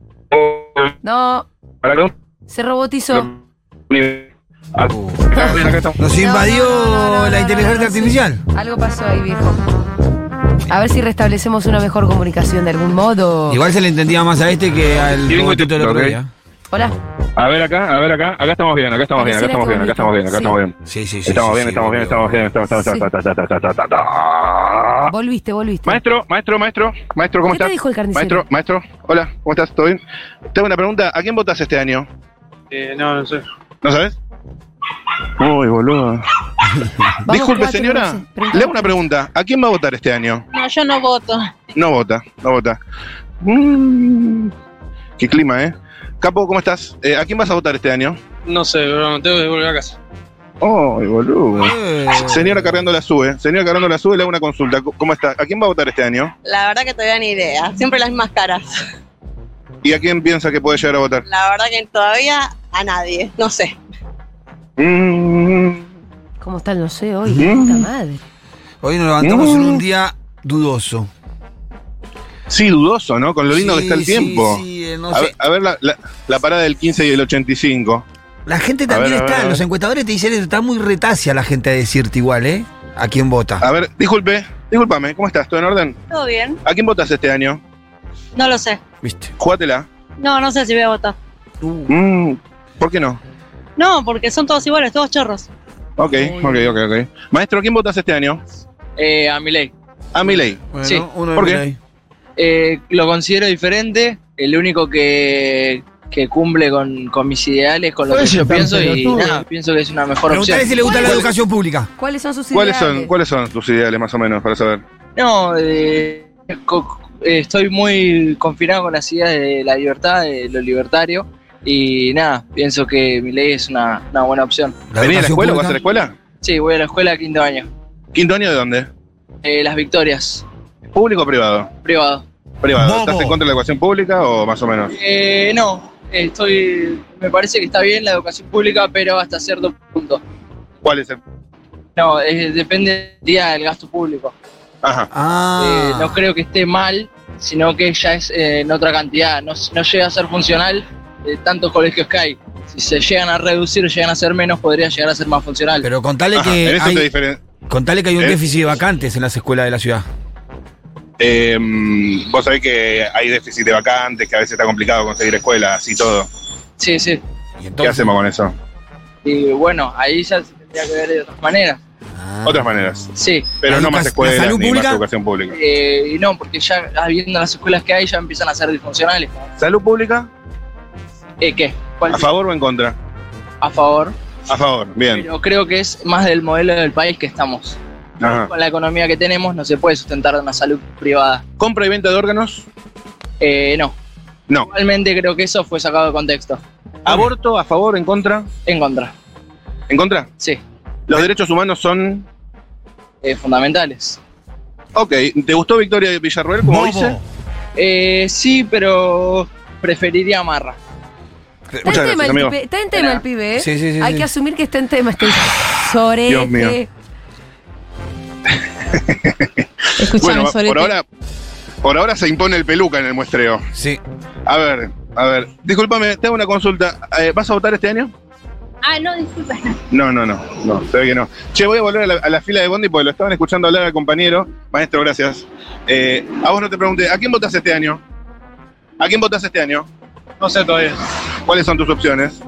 [SPEAKER 1] No, se robotizó.
[SPEAKER 2] Nos invadió
[SPEAKER 1] no, no, no,
[SPEAKER 2] la
[SPEAKER 1] no,
[SPEAKER 2] inteligencia
[SPEAKER 1] no, sí.
[SPEAKER 2] artificial.
[SPEAKER 1] Algo pasó ahí, viejo. A ver si restablecemos una mejor comunicación de algún modo.
[SPEAKER 2] Igual se le entendía más a este que al
[SPEAKER 6] Tienen
[SPEAKER 2] robotito del otro
[SPEAKER 6] cuenta-
[SPEAKER 2] día.
[SPEAKER 1] Hola.
[SPEAKER 6] A ver acá, a ver acá, acá estamos bien, acá estamos bien, acá estamos bien, acá estamos bien, acá estamos bien.
[SPEAKER 2] Sí, sí, sí.
[SPEAKER 6] Estamos
[SPEAKER 2] sí,
[SPEAKER 6] bien,
[SPEAKER 2] sí,
[SPEAKER 6] estamos bien,
[SPEAKER 2] boludo.
[SPEAKER 6] estamos bien, estamos estamos- estamos- estamos- estamos- estamos- estamos- estamos-
[SPEAKER 1] Volviste, volviste.
[SPEAKER 4] Maestro, maestro, maestro, maestro, ¿cómo
[SPEAKER 1] ¿Qué te
[SPEAKER 4] estás?
[SPEAKER 1] dijo el carnicero?
[SPEAKER 4] Maestro, maestro, hola, ¿cómo estás? ¿Todo bien? Te hago una pregunta, ¿a quién votas este año?
[SPEAKER 5] no, no sé.
[SPEAKER 4] Eh, ¿No sabes? Uy, boludo.
[SPEAKER 1] Vamos,
[SPEAKER 4] Disculpe,
[SPEAKER 1] cuatro,
[SPEAKER 4] señora,
[SPEAKER 1] no sé, pregunta.
[SPEAKER 4] le hago una pregunta, ¿a quién va a votar este año?
[SPEAKER 7] No, yo no voto.
[SPEAKER 4] No vota, no vota. Mm, qué clima, ¿eh? Capo, ¿cómo estás? Eh, ¿A quién vas a votar este año?
[SPEAKER 5] No sé, bro, tengo que volver a casa.
[SPEAKER 4] Uy, boludo.
[SPEAKER 2] Eh,
[SPEAKER 4] Señora cargando la sube, señora cargando la sube, le hago una consulta. ¿Cómo está? ¿A quién va a votar este año?
[SPEAKER 7] La verdad que todavía ni idea. Siempre las mismas caras.
[SPEAKER 4] ¿Y a quién piensa que puede llegar a votar?
[SPEAKER 7] La verdad que todavía a nadie. No sé.
[SPEAKER 4] Mm,
[SPEAKER 1] ¿Cómo está el no sé hoy? qué Puta madre.
[SPEAKER 2] Hoy nos levantamos en
[SPEAKER 6] Mm.
[SPEAKER 2] un día dudoso.
[SPEAKER 4] Sí, dudoso, ¿no? Con lo lindo que
[SPEAKER 2] Sí,
[SPEAKER 4] está el
[SPEAKER 2] sí,
[SPEAKER 4] tiempo.
[SPEAKER 2] sí, eh, no
[SPEAKER 4] A
[SPEAKER 2] sé.
[SPEAKER 4] ver, a ver la, la- la parada del 15 y el 85.
[SPEAKER 2] La gente
[SPEAKER 4] ver,
[SPEAKER 2] Este también
[SPEAKER 4] a ver,
[SPEAKER 2] está,
[SPEAKER 4] a ver.
[SPEAKER 2] los encuestadores te dicen, está muy retacia la gente a decirte igual, ¿eh? ¿A quién vota?
[SPEAKER 4] A ver, disculpe, discúlpame, ¿cómo estás? ¿Todo en orden?
[SPEAKER 7] ¿Todo bien?
[SPEAKER 4] ¿A quién votas este año?
[SPEAKER 7] No lo sé.
[SPEAKER 2] ¿Viste?
[SPEAKER 4] Júgatela.
[SPEAKER 7] No, no sé si voy a votar.
[SPEAKER 2] Uh.
[SPEAKER 4] Mm, ¿Por qué no?
[SPEAKER 7] No, porque son todos iguales, todos chorros.
[SPEAKER 4] Ok, ok, ok, ok. Maestro, ¿a quién votas este año?
[SPEAKER 5] Eh, a mi ley.
[SPEAKER 4] A Milei.
[SPEAKER 2] Bueno,
[SPEAKER 5] Sí.
[SPEAKER 2] uno
[SPEAKER 4] ¿Por
[SPEAKER 2] de
[SPEAKER 4] qué?
[SPEAKER 2] ahí.
[SPEAKER 5] Eh, lo considero diferente. El único que, que cumple con, con mis ideales, con lo que
[SPEAKER 3] Oye,
[SPEAKER 5] yo
[SPEAKER 3] tan
[SPEAKER 5] pienso y
[SPEAKER 3] pelotudo.
[SPEAKER 5] nada, pienso que es una mejor opción.
[SPEAKER 2] Preguntale si le gusta la educación pública.
[SPEAKER 1] ¿Cuáles son sus
[SPEAKER 4] ¿Cuáles
[SPEAKER 1] ideales?
[SPEAKER 4] son, ¿Cuáles son tus ideales más o menos para saber?
[SPEAKER 5] No, eh, co- eh, estoy muy confinado con las ideas de la libertad, de lo libertario. Y nada, pienso que mi ley es una, una buena opción.
[SPEAKER 4] ¿Venís a la
[SPEAKER 2] educación
[SPEAKER 4] escuela? ¿Vas a la
[SPEAKER 2] pública.
[SPEAKER 4] escuela?
[SPEAKER 5] Sí, voy a la escuela quinto año.
[SPEAKER 4] ¿Quinto año de dónde?
[SPEAKER 5] Eh, las victorias,
[SPEAKER 4] ¿Público o privado?
[SPEAKER 5] privado.
[SPEAKER 4] Privado.
[SPEAKER 2] Bobo.
[SPEAKER 4] ¿Estás en contra de la educación pública o más o menos?
[SPEAKER 5] Eh, no, eh, estoy. Me parece que está bien la educación pública, pero hasta cierto punto.
[SPEAKER 4] ¿Cuál es el...?
[SPEAKER 5] No, eh, depende del día del gasto público.
[SPEAKER 4] Ajá.
[SPEAKER 5] Eh, no
[SPEAKER 2] Ah,
[SPEAKER 5] creo que esté mal, sino que ya es eh, en otra cantidad. No, s- no llega a ser funcional de tantos colegios que hay. Si se llegan a reducir, llegan a ser menos, podría llegar a ser más funcional.
[SPEAKER 2] pero contale
[SPEAKER 4] Ajá,
[SPEAKER 2] que,
[SPEAKER 4] En eso
[SPEAKER 2] hay,
[SPEAKER 4] te diferen-
[SPEAKER 2] contale que hay un
[SPEAKER 4] ¿Eh?
[SPEAKER 2] déficit de vacantes en las escuelas de la ciudad.
[SPEAKER 4] Eh, mm, vos sabés que hay déficit de vacantes, que a veces está complicado conseguir escuelas y todo.
[SPEAKER 5] sí, sí.
[SPEAKER 2] Y
[SPEAKER 4] ¿Qué
[SPEAKER 2] entonces-
[SPEAKER 4] hacemos con eso?
[SPEAKER 5] Y bueno, ahí ya se tendría que ver de otras maneras.
[SPEAKER 2] Ah.
[SPEAKER 4] Otras maneras.
[SPEAKER 5] Sí.
[SPEAKER 4] Pero
[SPEAKER 2] ¿La
[SPEAKER 4] no más
[SPEAKER 2] educa-
[SPEAKER 4] escuelas
[SPEAKER 2] la
[SPEAKER 4] ni
[SPEAKER 2] salud pública?
[SPEAKER 4] más educación pública.
[SPEAKER 5] Eh, y no, porque ya ah, viendo las escuelas que hay, ya empiezan a ser disfuncionales.
[SPEAKER 4] ¿Salud pública?
[SPEAKER 5] Eh, ¿Qué? ¿Cuál-
[SPEAKER 4] ¿A favor o en contra?
[SPEAKER 5] a favor.
[SPEAKER 4] A favor, bien.
[SPEAKER 5] Pero creo que es más del modelo del país que estamos.
[SPEAKER 4] Ajá.
[SPEAKER 5] Con la economía que tenemos, no se puede sustentar una salud privada.
[SPEAKER 4] ¿Compra y venta de órganos?
[SPEAKER 5] Eh, no.
[SPEAKER 4] No.
[SPEAKER 5] Igualmente creo que eso fue sacado de contexto.
[SPEAKER 4] ¿Aborto a favor, en contra?
[SPEAKER 5] En contra,
[SPEAKER 4] ¿En contra?
[SPEAKER 5] sí.
[SPEAKER 4] Los derechos humanos son...
[SPEAKER 5] Eh, fundamentales.
[SPEAKER 4] Ok, ¿te gustó Victoria Villarruel como
[SPEAKER 2] Bobo.
[SPEAKER 4] dice?
[SPEAKER 5] Eh, sí, pero preferiría amarra.
[SPEAKER 1] Está en,
[SPEAKER 4] Muchas
[SPEAKER 1] tema el
[SPEAKER 4] gracias, amigo.
[SPEAKER 1] pibe, está en tema el pibe, ¿eh?
[SPEAKER 2] Sí, sí, sí,
[SPEAKER 1] Hay
[SPEAKER 2] sí.
[SPEAKER 1] que asumir que está en tema este sorete.
[SPEAKER 4] Dios mío. Bueno, por ahora, por ahora se impone el peluca en el muestreo.
[SPEAKER 2] Sí.
[SPEAKER 4] A ver, a ver. Discúlpame, te hago una consulta. Eh, ¿Vas a votar este año?
[SPEAKER 7] Ah, no, disculpa.
[SPEAKER 4] No, no, no, no, se ve que no. Che, voy a volver a la, a la fila de Bondi porque lo estaban escuchando hablar al compañero. Maestro, gracias. Eh, a vos no te pregunté, ¿a quién votás este año? ¿A quién votás este año?
[SPEAKER 5] No sé todavía.
[SPEAKER 4] ¿Cuáles son tus opciones?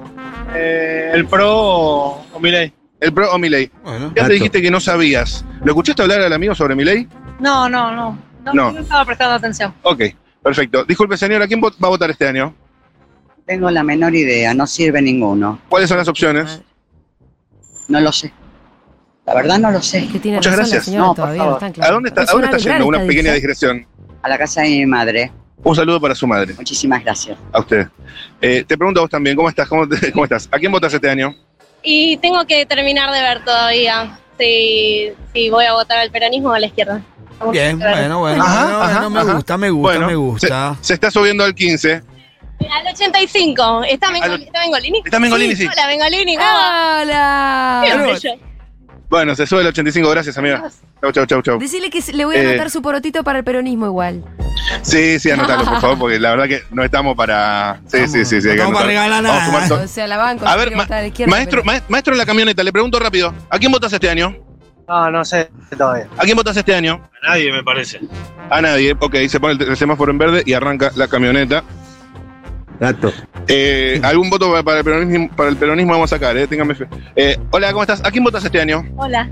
[SPEAKER 4] Eh,
[SPEAKER 5] ¿El pro o, Miley?
[SPEAKER 4] ¿El PRO o Milei?
[SPEAKER 2] Bueno.
[SPEAKER 4] Ya te dijiste que no sabías. ¿Lo escuchaste hablar al amigo sobre Milei?
[SPEAKER 7] No, no, no.
[SPEAKER 4] No.
[SPEAKER 7] estaba prestando atención.
[SPEAKER 4] Ok. Perfecto. Disculpe, señora, ¿quién vo- va a votar este año?
[SPEAKER 8] Tengo la menor idea, no sirve ninguno.
[SPEAKER 4] ¿Cuáles son las opciones?
[SPEAKER 8] No lo sé. La verdad no lo sé.
[SPEAKER 1] Es que tiene
[SPEAKER 4] Muchas
[SPEAKER 1] razón la
[SPEAKER 4] gracias.
[SPEAKER 1] señora,
[SPEAKER 8] No, por
[SPEAKER 1] todavía no
[SPEAKER 8] favor.
[SPEAKER 1] están claras.
[SPEAKER 4] ¿A dónde está,
[SPEAKER 1] Es
[SPEAKER 4] a dónde
[SPEAKER 1] una
[SPEAKER 4] está yendo? Una
[SPEAKER 1] larga
[SPEAKER 4] pequeña
[SPEAKER 1] lista.
[SPEAKER 4] digresión.
[SPEAKER 8] A la casa de mi madre.
[SPEAKER 4] Un saludo para su madre,
[SPEAKER 8] Muchísimas gracias.
[SPEAKER 4] a usted. Eh, te pregunto a vos también, ¿cómo estás? ¿Cómo, te- cómo estás? ¿A quién votas este año?
[SPEAKER 7] Y tengo que terminar de ver todavía si, si voy a votar al peronismo o a la izquierda. Vamos
[SPEAKER 2] Bien,
[SPEAKER 7] a ver.
[SPEAKER 2] bueno, bueno.
[SPEAKER 4] Ajá,
[SPEAKER 2] bueno,
[SPEAKER 4] ajá,
[SPEAKER 2] bueno, me
[SPEAKER 4] ajá.
[SPEAKER 2] gusta, me gusta,
[SPEAKER 4] Bueno,
[SPEAKER 2] me gusta.
[SPEAKER 4] Se está subiendo al 15.
[SPEAKER 7] Al 85. ¿Está, Bengol-
[SPEAKER 4] Al-
[SPEAKER 7] está Bengolini?
[SPEAKER 4] Está Bengolini, sí.
[SPEAKER 7] Hola, Bengolini. ¿cómo va? Ah,
[SPEAKER 1] ¡Hola!
[SPEAKER 7] Siempre yo.
[SPEAKER 4] Bueno, se sube al 85, gracias, amiga. Chau, chau, chau, chau.
[SPEAKER 1] Decirle que le voy a
[SPEAKER 4] Eh.
[SPEAKER 1] anotar su porotito para el peronismo igual.
[SPEAKER 4] Sí, sí, anótalo, por favor, porque la verdad que no estamos para. Sí, sí, sí, sí. hay que
[SPEAKER 2] No vamos a
[SPEAKER 4] anotar.
[SPEAKER 2] regalar
[SPEAKER 4] Vamos a
[SPEAKER 2] nada.
[SPEAKER 4] fumar to-
[SPEAKER 1] O sea, la banco.
[SPEAKER 4] A
[SPEAKER 1] si
[SPEAKER 4] ver,
[SPEAKER 1] quiere
[SPEAKER 4] ma-
[SPEAKER 1] votar a la izquierda,
[SPEAKER 4] maestro,
[SPEAKER 1] pero-
[SPEAKER 4] ma- maestro en la camioneta, le pregunto rápido. ¿A quién votas este año?
[SPEAKER 5] No, no sé todavía.
[SPEAKER 4] ¿A quién votas este año?
[SPEAKER 9] A nadie me parece.
[SPEAKER 4] A nadie. Ok, se pone el, el semáforo en verde y arranca la camioneta.
[SPEAKER 10] Gato.
[SPEAKER 4] Eh, algún voto pa- para el peronismo, para el peronismo vamos a sacar, eh, téngame fe. Eh, hola, ¿cómo estás? ¿A quién votas este año?
[SPEAKER 7] Hola.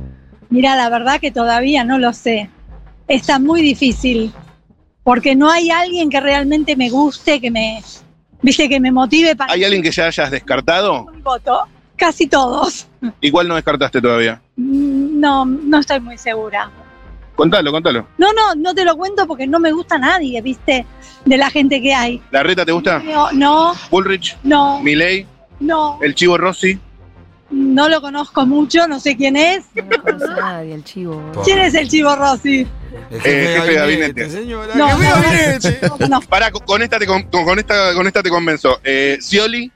[SPEAKER 7] Mira, la verdad que todavía no lo sé. Está muy difícil. Porque no hay alguien que realmente me guste, que me, viste, que me motive para
[SPEAKER 4] ¿Hay alguien que ya hayas descartado?
[SPEAKER 7] un voto. Casi todos.
[SPEAKER 4] ¿Y cuál no descartaste todavía?
[SPEAKER 7] Mm, No, no estoy muy segura.
[SPEAKER 4] Contalo, contalo.
[SPEAKER 7] No, no, no te lo cuento porque no me gusta nadie, viste, de la gente que hay.
[SPEAKER 4] ¿La reta te gusta?
[SPEAKER 7] No, no,
[SPEAKER 4] Bullrich,
[SPEAKER 7] no,
[SPEAKER 4] Milei,
[SPEAKER 7] no,
[SPEAKER 4] el Chivo Rossi.
[SPEAKER 7] no lo conozco mucho, no sé quién es.
[SPEAKER 1] No lo conoce nadie, el chivo.
[SPEAKER 2] Por-
[SPEAKER 7] ¿Quién es el Chivo Rossi?
[SPEAKER 2] El
[SPEAKER 4] Eh, jefe de gabinete.
[SPEAKER 2] señora.
[SPEAKER 7] No,
[SPEAKER 2] jefe de
[SPEAKER 7] no, no.
[SPEAKER 2] gabinete.
[SPEAKER 7] No conozco.
[SPEAKER 4] Pará, con, con esta te con, con esta con esta te convenzo. Eh, Scioli,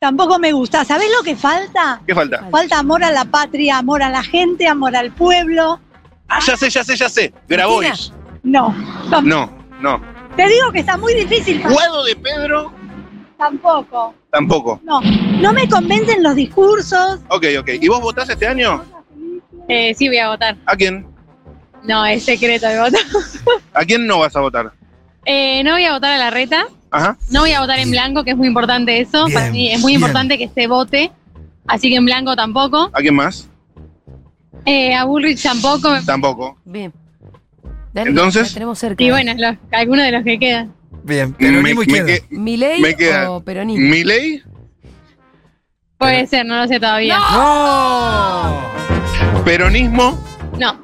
[SPEAKER 7] Tampoco me gusta. ¿Sabés lo que falta?
[SPEAKER 4] ¿qué falta?
[SPEAKER 7] Falta amor a la patria, amor a la gente, amor al pueblo.
[SPEAKER 4] Ah, ya sé, ya sé, ya sé. Grabois.
[SPEAKER 7] No. tam-
[SPEAKER 4] No, no.
[SPEAKER 7] Te digo que está muy difícil. pa-
[SPEAKER 4] Guado de Pedro,
[SPEAKER 7] Tampoco.
[SPEAKER 4] tampoco.
[SPEAKER 7] No. No me convencen los discursos.
[SPEAKER 4] Ok, ok. ¿Y vos votás este año?
[SPEAKER 7] Eh, sí, voy a votar.
[SPEAKER 4] ¿A quién?
[SPEAKER 7] No, es secreto de voto. Eh,
[SPEAKER 4] ¿A quién no vas a votar?
[SPEAKER 7] no voy a votar a la reta.
[SPEAKER 4] Ajá.
[SPEAKER 7] No voy a votar en blanco, que es muy importante eso.
[SPEAKER 2] Bien,
[SPEAKER 7] Para mí es muy
[SPEAKER 2] bien.
[SPEAKER 7] importante que se vote. Así que en blanco tampoco.
[SPEAKER 4] ¿A quién más?
[SPEAKER 7] Eh, a Bullrich tampoco.
[SPEAKER 4] Tampoco.
[SPEAKER 1] Bien. Dale,
[SPEAKER 4] Entonces- Mm,
[SPEAKER 1] la tenemos cerca.
[SPEAKER 7] Y bueno, los, algunos de los que quedan.
[SPEAKER 2] Bien, peronismo
[SPEAKER 4] Me- me
[SPEAKER 2] izquierda.
[SPEAKER 4] que-
[SPEAKER 1] ¿Milei
[SPEAKER 4] me queda-
[SPEAKER 1] o peronismo?
[SPEAKER 4] ¿Milei?
[SPEAKER 7] Puede ser, no lo sé todavía.
[SPEAKER 2] ¡No!
[SPEAKER 4] ¿Peronismo?
[SPEAKER 7] No.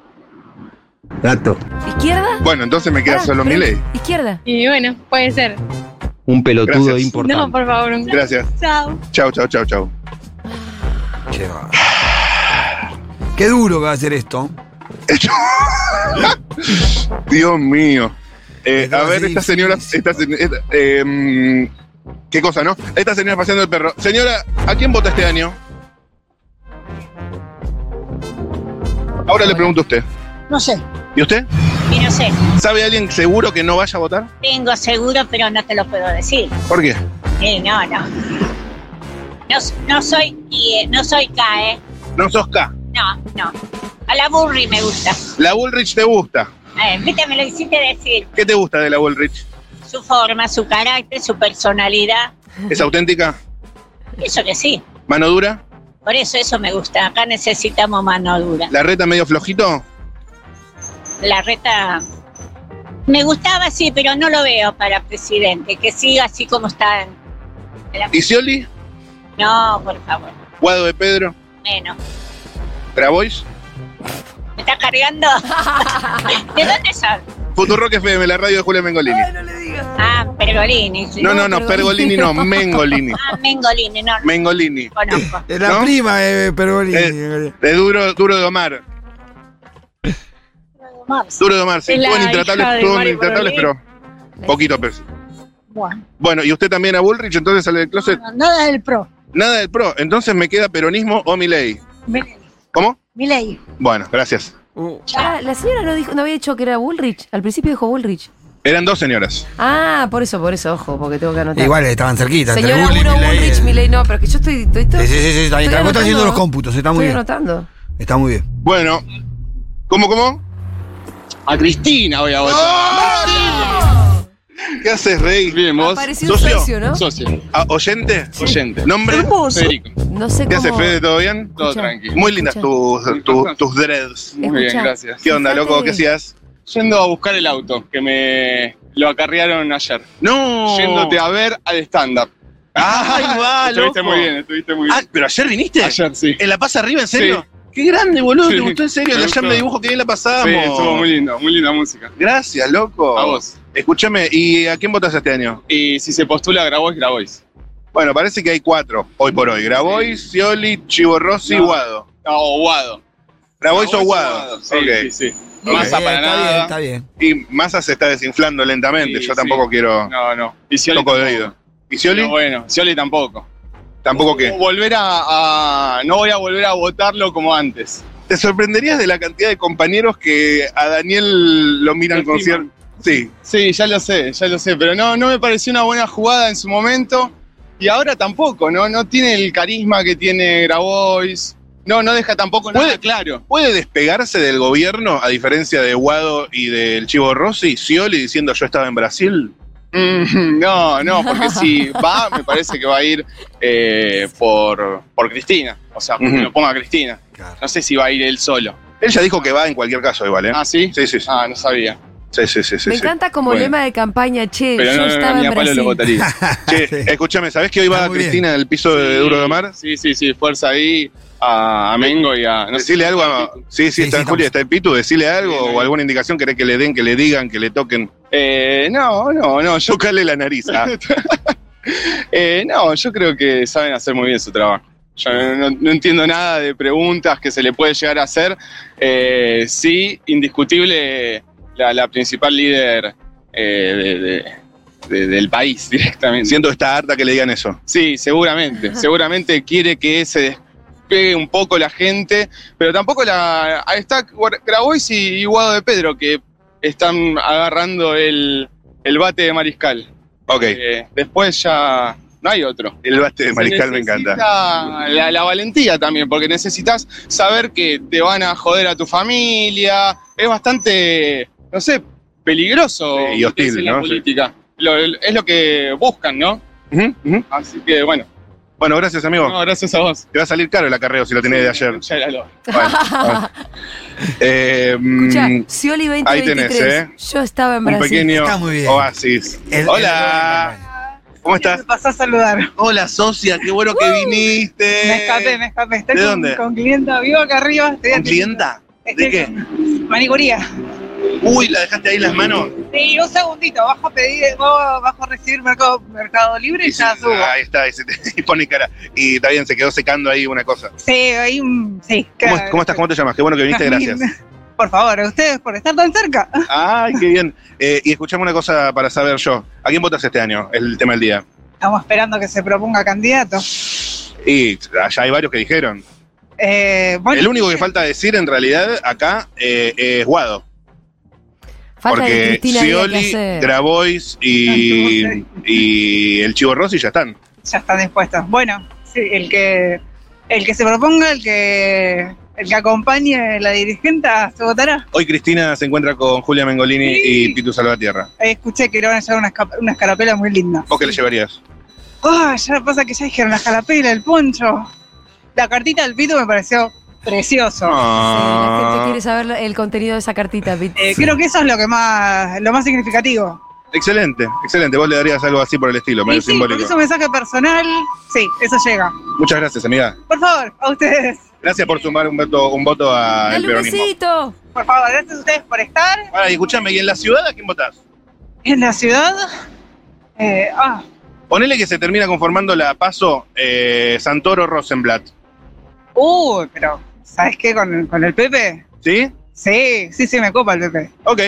[SPEAKER 10] Gato.
[SPEAKER 1] ¿Izquierda?
[SPEAKER 4] Bueno, entonces me queda
[SPEAKER 7] Ah,
[SPEAKER 1] Pará,
[SPEAKER 4] solo
[SPEAKER 1] pero-
[SPEAKER 4] Milei.
[SPEAKER 1] ¿Izquierda?
[SPEAKER 7] Y bueno, puede ser.
[SPEAKER 10] Un pelotudo
[SPEAKER 4] Gracias.
[SPEAKER 10] importante.
[SPEAKER 7] No, por favor. un-
[SPEAKER 4] Gracias.
[SPEAKER 7] Chao.
[SPEAKER 4] Chau, chau, chau, chau.
[SPEAKER 2] Qué va. Qué duro que va a ser esto.
[SPEAKER 4] Dios mío. Eh,
[SPEAKER 2] Es
[SPEAKER 4] a ver,
[SPEAKER 2] así
[SPEAKER 4] esta señora.
[SPEAKER 2] difícil.
[SPEAKER 4] Esta, se- esta- em, ¿Qué cosa, no? Esta señora paseando el perro. Señora, ¿a quién vota este año? Ahora le pregunto a usted.
[SPEAKER 7] No sé.
[SPEAKER 4] ¿Y usted?
[SPEAKER 7] Y no sé.
[SPEAKER 4] ¿Sabe alguien seguro que no vaya a votar?
[SPEAKER 7] Tengo seguro, pero no te lo puedo decir.
[SPEAKER 4] ¿Por qué?
[SPEAKER 7] Eh, no, no. No, s- no soy y, eh, no soy K, ¿eh?
[SPEAKER 4] No sos K.
[SPEAKER 7] No, no. A la Burri me gusta.
[SPEAKER 4] La Bullrich te gusta.
[SPEAKER 7] Eh, viste, me lo hiciste decir.
[SPEAKER 4] ¿Qué te gusta de la Bullrich?
[SPEAKER 7] Su forma, su carácter, su personalidad.
[SPEAKER 4] ¿Es auténtica?
[SPEAKER 7] Eso que sí.
[SPEAKER 4] ¿Mano dura?
[SPEAKER 7] Por eso eso me gusta. Acá necesitamos mano dura.
[SPEAKER 4] ¿La reta medio flojito?
[SPEAKER 7] La reta me gustaba, sí, pero no lo veo para presidente. Que siga así como está.
[SPEAKER 4] ¿Y Scioli?
[SPEAKER 7] No, por favor.
[SPEAKER 4] ¿Guado de Pedro?
[SPEAKER 7] Menos.
[SPEAKER 4] ¿Grabois?
[SPEAKER 7] ¿Me estás cargando? ¿De dónde son?
[SPEAKER 4] Futurock FM, la radio de Julia Mengolini.
[SPEAKER 1] no le digas.
[SPEAKER 7] Ah, Pergolini. sí.
[SPEAKER 4] No, no, no, Pergolini no, Mengolini.
[SPEAKER 7] Ah, Mengolini, no, no
[SPEAKER 4] Mengolini.
[SPEAKER 7] conozco.
[SPEAKER 2] Es la
[SPEAKER 4] ¿No?
[SPEAKER 2] prima de Perolini.
[SPEAKER 4] Eh, De duro, duro de Omar. Duro de Omar, sí.
[SPEAKER 7] Es la
[SPEAKER 4] Estuvo en intratables,
[SPEAKER 7] hija de
[SPEAKER 4] estuvo en
[SPEAKER 7] Mario
[SPEAKER 4] intratables, pero
[SPEAKER 7] Pergolini.
[SPEAKER 4] poquito. Pero... sí.
[SPEAKER 7] Bueno,
[SPEAKER 4] Bueno, ¿y usted también a Bullrich? Entonces sale del closet.
[SPEAKER 7] no, nada del pro.
[SPEAKER 4] Nada del pro. Entonces me queda peronismo o Milei. ¿Cómo?
[SPEAKER 7] Milei.
[SPEAKER 4] Bueno, gracias.
[SPEAKER 2] Uh,
[SPEAKER 1] Ah, la señora no dijo, no había dicho que era Bullrich. Al principio dijo Bullrich.
[SPEAKER 4] Eran dos señoras.
[SPEAKER 1] Ah, por eso, por eso, ojo, porque tengo que anotar.
[SPEAKER 2] igual estaban cerquita. entre
[SPEAKER 1] Señora
[SPEAKER 2] Bull y
[SPEAKER 1] 1,
[SPEAKER 2] Milei. eh.
[SPEAKER 1] Bullrich, Milei, no, pero que yo estoy. estoy, estoy
[SPEAKER 2] Sí, sí, sí, sí, está
[SPEAKER 1] Estoy
[SPEAKER 2] bien. Está- vos estás haciendo
[SPEAKER 1] anotando.
[SPEAKER 2] los cómputos, está
[SPEAKER 1] estoy
[SPEAKER 2] muy bien.
[SPEAKER 1] anotando.
[SPEAKER 2] Está muy bien.
[SPEAKER 4] Bueno, ¿cómo, cómo?
[SPEAKER 9] A Cristina voy a
[SPEAKER 4] ¿Qué haces, Rey?
[SPEAKER 9] Bien, vos.
[SPEAKER 1] Apareció un
[SPEAKER 4] socio.
[SPEAKER 1] socio, ¿no?
[SPEAKER 9] Socio,
[SPEAKER 4] Ah, ¿Oyente?
[SPEAKER 9] oyente.
[SPEAKER 4] ¿Nombre?
[SPEAKER 9] Federico,
[SPEAKER 1] No sé
[SPEAKER 4] ¿Qué
[SPEAKER 1] cómo.
[SPEAKER 4] haces, Fede? ¿Todo bien?
[SPEAKER 9] todo
[SPEAKER 1] Escucha.
[SPEAKER 9] tranquilo.
[SPEAKER 4] Muy lindas
[SPEAKER 1] Escucha.
[SPEAKER 4] tus, tus, tus dreads.
[SPEAKER 9] Muy bien,
[SPEAKER 1] Escucha.
[SPEAKER 9] gracias.
[SPEAKER 4] ¿Qué onda, loco? ¿Qué hacías?
[SPEAKER 9] Yendo a buscar el auto que me lo acarrearon ayer.
[SPEAKER 4] No.
[SPEAKER 9] Yéndote a ver al stand-up.
[SPEAKER 4] Ay, va,
[SPEAKER 9] Estuviste
[SPEAKER 4] loco.
[SPEAKER 9] muy bien, estuviste muy bien.
[SPEAKER 4] Ah, pero ayer viniste.
[SPEAKER 9] Ayer, sí.
[SPEAKER 4] ¿En La Paz arriba, en serio? Qué grande, boludo. ¿Te gustó en serio? El ayer me dibujo que bien la pasamos.
[SPEAKER 9] Sí, estuvo muy lindo, muy linda música.
[SPEAKER 4] Gracias, loco.
[SPEAKER 9] A vos.
[SPEAKER 4] Escúchame, ¿y a quién votas este año?
[SPEAKER 9] Y si se postula Grabois, Grabois.
[SPEAKER 4] Bueno, parece que hay cuatro, hoy por hoy. Grabois, Scioli, Chiborrosi,
[SPEAKER 9] No.
[SPEAKER 4] Guado.
[SPEAKER 9] No, o Guado.
[SPEAKER 4] Grabois o
[SPEAKER 9] Grabois
[SPEAKER 4] Guado.
[SPEAKER 9] Ah, Sí,
[SPEAKER 4] Ah, Ok.
[SPEAKER 9] sí, sí.
[SPEAKER 2] Bien,
[SPEAKER 9] Massa para
[SPEAKER 2] Eh, está
[SPEAKER 9] nada.
[SPEAKER 2] bien, está bien.
[SPEAKER 4] Y Massa se está desinflando lentamente.
[SPEAKER 9] Sí,
[SPEAKER 4] Yo tampoco
[SPEAKER 9] sí.
[SPEAKER 4] quiero
[SPEAKER 9] No, no. Y Scioli
[SPEAKER 4] toco de
[SPEAKER 9] tampoco.
[SPEAKER 4] oído. ¿Y Scioli?
[SPEAKER 9] No, bueno, Scioli tampoco.
[SPEAKER 4] ¿Tampoco
[SPEAKER 9] O
[SPEAKER 4] qué?
[SPEAKER 9] Volver a, a- No voy a volver a votarlo como antes.
[SPEAKER 4] Te sorprenderías de la cantidad de compañeros que a Daniel lo miran
[SPEAKER 9] Lo
[SPEAKER 4] con cierto.
[SPEAKER 9] estiman.
[SPEAKER 4] Sí,
[SPEAKER 9] Sí, ya lo sé, ya lo sé. Pero no, no me pareció una buena jugada en su momento. Y ahora tampoco, ¿no? No tiene el carisma que tiene Grabois. No, no deja tampoco nada claro.
[SPEAKER 4] ¿Puede despegarse del gobierno, a diferencia de Guado y del Chivo Rossi, Scioli diciendo yo estaba en Brasil?
[SPEAKER 9] Mm, No, no, porque si va, me parece que va a ir eh, por, por Cristina. O sea, porque
[SPEAKER 4] Ujú.
[SPEAKER 9] lo ponga a Cristina.
[SPEAKER 2] Claro.
[SPEAKER 9] No sé si va a ir él solo.
[SPEAKER 4] Él ya dijo que va en cualquier caso igual, ¿eh?
[SPEAKER 9] ¿Ah, sí?
[SPEAKER 4] Sí, sí, sí.
[SPEAKER 9] Ah, no sabía.
[SPEAKER 4] sí, sí, sí, sí,
[SPEAKER 1] Me
[SPEAKER 4] sí.
[SPEAKER 1] encanta como
[SPEAKER 9] Bueno.
[SPEAKER 1] lema de campaña, che,
[SPEAKER 9] Pero
[SPEAKER 1] yo
[SPEAKER 9] no, no, no,
[SPEAKER 1] estaba
[SPEAKER 9] ni
[SPEAKER 1] en
[SPEAKER 9] a palo lo
[SPEAKER 1] Brasil.
[SPEAKER 9] votaría.
[SPEAKER 4] Che,
[SPEAKER 2] Sí.
[SPEAKER 4] escúchame, ¿sabés que hoy
[SPEAKER 2] Está
[SPEAKER 4] va
[SPEAKER 2] muy
[SPEAKER 4] Cristina del piso de Duro de Mar?
[SPEAKER 9] Sí, sí, sí, fuerza ahí a, a Mengo y a. No sé,
[SPEAKER 4] Decirle algo a... Sí, sí,
[SPEAKER 2] Sí,
[SPEAKER 4] está
[SPEAKER 2] sí,
[SPEAKER 4] en Julia,
[SPEAKER 2] estamos-
[SPEAKER 4] está en Pitu, decirle algo
[SPEAKER 9] Bien, bien.
[SPEAKER 4] o alguna indicación querés que le den, que le digan, que le toquen.
[SPEAKER 9] Eh, no, no, no. Yo,
[SPEAKER 4] Tocarle la nariz. ah.
[SPEAKER 9] eh, no, yo creo que saben hacer muy bien su trabajo. Yo no, no- no entiendo nada de preguntas que se le puede llegar a hacer. Eh, sí, indiscutible la, la principal líder eh, de- de- de- del país directamente.
[SPEAKER 4] Siento esta harta que le digan eso.
[SPEAKER 9] Sí, seguramente. Seguramente quiere que se despegue un poco la gente, pero tampoco la. Ahí está Guar- Grabois y, y Guado de Pedro, que están agarrando el, el bate de mariscal.
[SPEAKER 4] Ok,
[SPEAKER 9] Eh, después ya no hay otro.
[SPEAKER 4] el bate de Mariscal
[SPEAKER 9] Se
[SPEAKER 4] me encanta.
[SPEAKER 9] necesita La, la valentía también, porque necesitas saber que te van a joder a tu familia. Es bastante, no sé, peligroso
[SPEAKER 4] Sí, y hostil,
[SPEAKER 9] meterse en la
[SPEAKER 4] ¿no? Sí.
[SPEAKER 9] política. Lo- es lo que buscan, ¿no?
[SPEAKER 4] Ujú, ujú.
[SPEAKER 9] Así que bueno.
[SPEAKER 4] Bueno, gracias, amigo.
[SPEAKER 9] No, gracias a vos.
[SPEAKER 4] Te va a salir caro el acarreo si lo tenés de ayer.
[SPEAKER 9] Ya era lo-
[SPEAKER 4] Bueno, bueno. Eh, mm,
[SPEAKER 1] Escuchá, Scioli
[SPEAKER 4] ahí tenés, eh.
[SPEAKER 1] 2023, yo estaba en
[SPEAKER 4] un
[SPEAKER 1] Brasil.
[SPEAKER 4] pequeño
[SPEAKER 2] Está muy bien.
[SPEAKER 4] oasis.
[SPEAKER 2] El- el-
[SPEAKER 4] Hola, ¿cómo estás?
[SPEAKER 8] Me pasó a saludar.
[SPEAKER 4] Hola, socia, qué bueno que viniste.
[SPEAKER 8] Me escapé, me escapé. Estoy
[SPEAKER 4] Uh. ¿De
[SPEAKER 8] con,
[SPEAKER 4] dónde?
[SPEAKER 8] con este- clienta. Vivo acá arriba. Estoy
[SPEAKER 4] ¿Con
[SPEAKER 8] atendiendo-
[SPEAKER 4] clienta? ¿De
[SPEAKER 8] estoy
[SPEAKER 4] qué?
[SPEAKER 8] con Manicuría.
[SPEAKER 4] Uy, la dejaste ahí las manos.
[SPEAKER 8] Sí, un segundito. Bajo a pedir, bajo bajo a recibir mercado, mercado Libre y
[SPEAKER 4] Y se-
[SPEAKER 8] ya subo.
[SPEAKER 4] ahí está, y, se te, y pone cara. Y está bien, se quedó secando ahí una cosa.
[SPEAKER 8] Sí, hay un. Sí,
[SPEAKER 4] ¿Cómo,
[SPEAKER 8] claro.
[SPEAKER 4] cómo estás? ¿Cómo te llamas? Qué bueno que viniste, gracias.
[SPEAKER 8] Por favor, a ustedes por estar tan cerca.
[SPEAKER 4] Ay, qué bien. Eh, y escuchame una cosa para saber yo. ¿A quién votas este año? El tema del día.
[SPEAKER 8] Estamos esperando que se proponga candidato.
[SPEAKER 4] Y allá hay varios que dijeron.
[SPEAKER 8] Eh, bueno,
[SPEAKER 4] El único que falta decir en realidad acá eh, es Guado.
[SPEAKER 1] Falta de
[SPEAKER 4] porque
[SPEAKER 1] Cristina Díaz que
[SPEAKER 4] Scioli,
[SPEAKER 1] hacer.
[SPEAKER 4] Grabois y, y el Chivo Rossi ya están.
[SPEAKER 8] ya están dispuestos. Bueno, sí, el que el que se proponga, el que el que acompañe la dirigente se votará.
[SPEAKER 4] Hoy Cristina se encuentra con Julia Mengolini
[SPEAKER 8] Sí.
[SPEAKER 4] y Pitu Salvatierra.
[SPEAKER 8] Eh, escuché que le van a llevar unas, capa- unas carapelas muy lindas.
[SPEAKER 4] ¿Vos qué le llevarías?
[SPEAKER 8] Ah, ya pasa que ya dijeron la jalapela, el poncho. La cartita del pito me pareció precioso.
[SPEAKER 1] Sí, la gente
[SPEAKER 4] Ah,
[SPEAKER 1] quiere saber el contenido de esa cartita, Pete.
[SPEAKER 8] Eh, Creo que eso es lo que más, lo más significativo.
[SPEAKER 4] excelente, excelente. Vos le darías algo así por el estilo, medio
[SPEAKER 8] Y sí,
[SPEAKER 4] simbólico.
[SPEAKER 8] porque es un mensaje personal. Sí, eso llega.
[SPEAKER 4] Muchas gracias, amiga.
[SPEAKER 8] Por favor, a ustedes.
[SPEAKER 4] Gracias por sumar un voto, un voto al
[SPEAKER 1] Dale un
[SPEAKER 4] Ah, peronismo.
[SPEAKER 1] besito.
[SPEAKER 8] Por favor, gracias a ustedes por estar
[SPEAKER 4] Ahora, y escuchame, ¿y en la ciudad a quién votás?
[SPEAKER 8] en la ciudad. Eh, ah,
[SPEAKER 4] Ponele que se termina conformando la paso eh, Santoro Rosenblatt.
[SPEAKER 8] uy, pero ¿sabes qué? Con, con el Pepe.
[SPEAKER 4] ¿Sí?
[SPEAKER 8] Sí, sí, sí, me copa el Pepe.
[SPEAKER 4] Ok.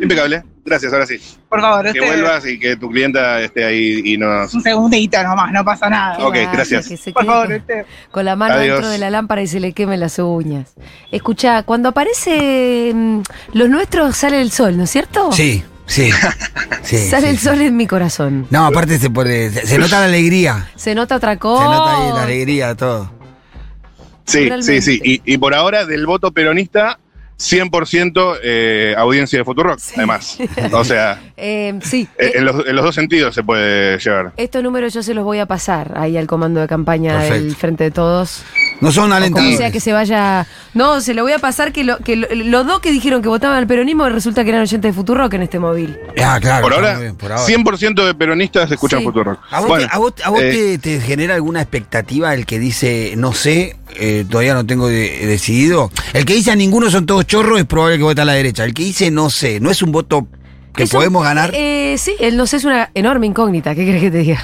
[SPEAKER 4] Impecable. Gracias, ahora sí.
[SPEAKER 8] Por favor,
[SPEAKER 4] Que
[SPEAKER 8] ustedes.
[SPEAKER 4] vuelvas y que tu clienta esté ahí y nos.
[SPEAKER 8] Un segundito nomás, no pasa nada.
[SPEAKER 4] Ok, gracias.
[SPEAKER 1] que se
[SPEAKER 8] Por
[SPEAKER 1] quede
[SPEAKER 8] favor, este-
[SPEAKER 1] con-
[SPEAKER 8] ustedes.
[SPEAKER 1] con la mano
[SPEAKER 4] Adiós.
[SPEAKER 1] dentro de la lámpara y se le quemen las uñas. Escucha, cuando aparece mm, los nuestros sale el sol, ¿no es cierto?
[SPEAKER 2] Sí, sí. sí,
[SPEAKER 1] sale
[SPEAKER 2] sí,
[SPEAKER 1] el
[SPEAKER 2] sí.
[SPEAKER 1] sol en mi corazón.
[SPEAKER 2] No, aparte se, pone- se, se nota la alegría.
[SPEAKER 1] Se nota otra
[SPEAKER 2] Se
[SPEAKER 1] cosa.
[SPEAKER 2] nota ahí
[SPEAKER 1] Oh.
[SPEAKER 2] la alegría, todo.
[SPEAKER 4] Sí,
[SPEAKER 1] Realmente.
[SPEAKER 4] sí, sí. Y, y por ahora, del voto peronista 100% eh, audiencia de Futurock, además. O sea,
[SPEAKER 1] Eh, sí,
[SPEAKER 4] eh, en, los, en los dos sentidos se puede llevar.
[SPEAKER 1] estos números yo se los voy a pasar ahí al comando de campaña del Frente de Todos.
[SPEAKER 2] No son
[SPEAKER 1] O como
[SPEAKER 2] alentadores.
[SPEAKER 1] sea que se vaya. No, se lo voy a pasar que, lo- que lo- los dos que dijeron que votaban al peronismo resulta que eran oyentes de Futurock en este móvil.
[SPEAKER 2] Ah, claro.
[SPEAKER 4] por,
[SPEAKER 2] está
[SPEAKER 4] ahora,
[SPEAKER 2] muy bien, por ahora.
[SPEAKER 4] 100% de peronistas escuchan
[SPEAKER 1] Sí.
[SPEAKER 4] Futurock.
[SPEAKER 2] ¿A vos,
[SPEAKER 4] Bueno,
[SPEAKER 2] te, a vos- a vos
[SPEAKER 4] eh,
[SPEAKER 2] te- te genera alguna expectativa el que dice, no sé, eh, todavía no tengo de- decidido? El que dice a ninguno son todos chorros es probable que vote a la derecha. El que dice no sé, no es un voto que
[SPEAKER 1] Eso,
[SPEAKER 2] podemos ganar.
[SPEAKER 1] Eh, sí, el no sé es una enorme incógnita. ¿Qué crees que te diga?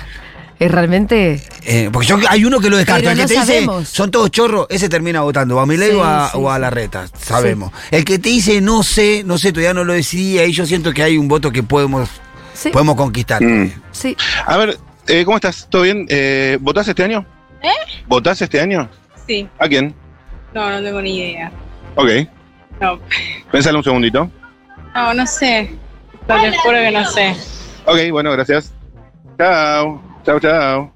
[SPEAKER 1] Es realmente.
[SPEAKER 2] Eh, porque yo- hay uno que lo descarta.
[SPEAKER 1] Pero
[SPEAKER 2] El que
[SPEAKER 1] no
[SPEAKER 2] te
[SPEAKER 1] sabemos.
[SPEAKER 2] dice son todos chorros, ese termina votando. O a Milei
[SPEAKER 1] Sí,
[SPEAKER 2] o, a,
[SPEAKER 1] sí,
[SPEAKER 2] o a
[SPEAKER 1] sí.
[SPEAKER 2] la reta, sabemos. El que te dice no sé, no sé, todavía no lo decidí, ahí yo siento que hay un voto que podemos,
[SPEAKER 1] Sí,
[SPEAKER 2] podemos conquistar.
[SPEAKER 4] mm.
[SPEAKER 1] sí.
[SPEAKER 4] A ver, eh, ¿cómo estás? ¿Todo bien? Eh, ¿Votás este año? ¿Eh? ¿Votás este año?
[SPEAKER 8] Sí,
[SPEAKER 4] ¿A quién?
[SPEAKER 8] no, no tengo ni idea.
[SPEAKER 4] Ok,
[SPEAKER 8] No,
[SPEAKER 4] pensalo un segundito.
[SPEAKER 8] no, no sé. Lo les juro que no sé.
[SPEAKER 4] Ok, bueno, gracias. Chao, chao, chao.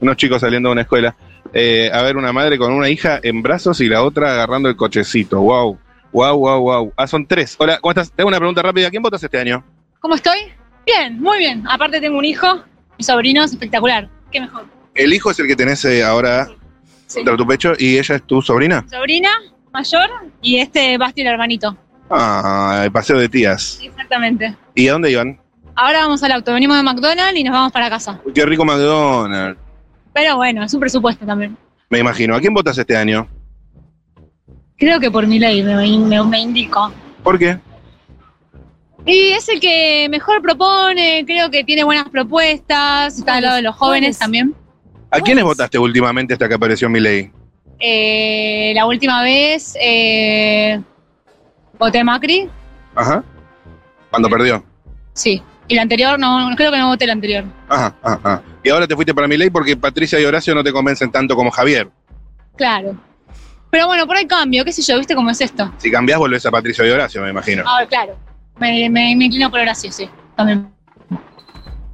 [SPEAKER 4] Unos chicos saliendo de una escuela. Eh, a ver, una madre con una hija en brazos y la otra agarrando el cochecito. Wow, wow, wow, wow. Ah, son tres. Hola, ¿cómo estás? Tengo una pregunta rápida. ¿Quién votas este año?
[SPEAKER 7] ¿Cómo estoy? Bien, muy bien. Aparte tengo un hijo, mi sobrino es espectacular. Qué mejor.
[SPEAKER 4] El hijo es el que tenés eh, ahora
[SPEAKER 7] Sí.
[SPEAKER 4] contra tu pecho y ella es tu sobrina.
[SPEAKER 7] Sobrina mayor y este Basti el hermanito.
[SPEAKER 4] Ah, el paseo de tías.
[SPEAKER 7] Exactamente.
[SPEAKER 4] ¿Y a dónde iban?
[SPEAKER 7] Ahora vamos al auto, venimos de McDonald's y nos vamos para casa.
[SPEAKER 4] Uy, Qué rico McDonald's.
[SPEAKER 7] Pero bueno, es un presupuesto también.
[SPEAKER 4] Me imagino. ¿A quién votas este año?
[SPEAKER 7] Creo que por mi ley me, me, me indico.
[SPEAKER 4] ¿Por qué?
[SPEAKER 7] Y es el que mejor propone, creo que tiene buenas propuestas, está al lado de los jóvenes también.
[SPEAKER 4] ¿A quiénes votaste últimamente hasta que apareció mi ley?
[SPEAKER 7] Eh, la última vez eh, voté Macri,
[SPEAKER 4] Ajá. Cuando perdió.
[SPEAKER 7] sí. Y la anterior, no, creo que no voté la anterior.
[SPEAKER 4] Ajá, ajá, ajá. Y ahora te fuiste para mi ley porque Patricia y Horacio no te convencen tanto como Javier.
[SPEAKER 7] Claro. Pero bueno, por ahí cambio, qué sé yo, ¿viste cómo es esto?
[SPEAKER 4] Si cambiás, volvés a Patricia y Horacio, me imagino.
[SPEAKER 1] Ah.
[SPEAKER 7] A ver, claro. Me, me- me inclino por Horacio, sí. También,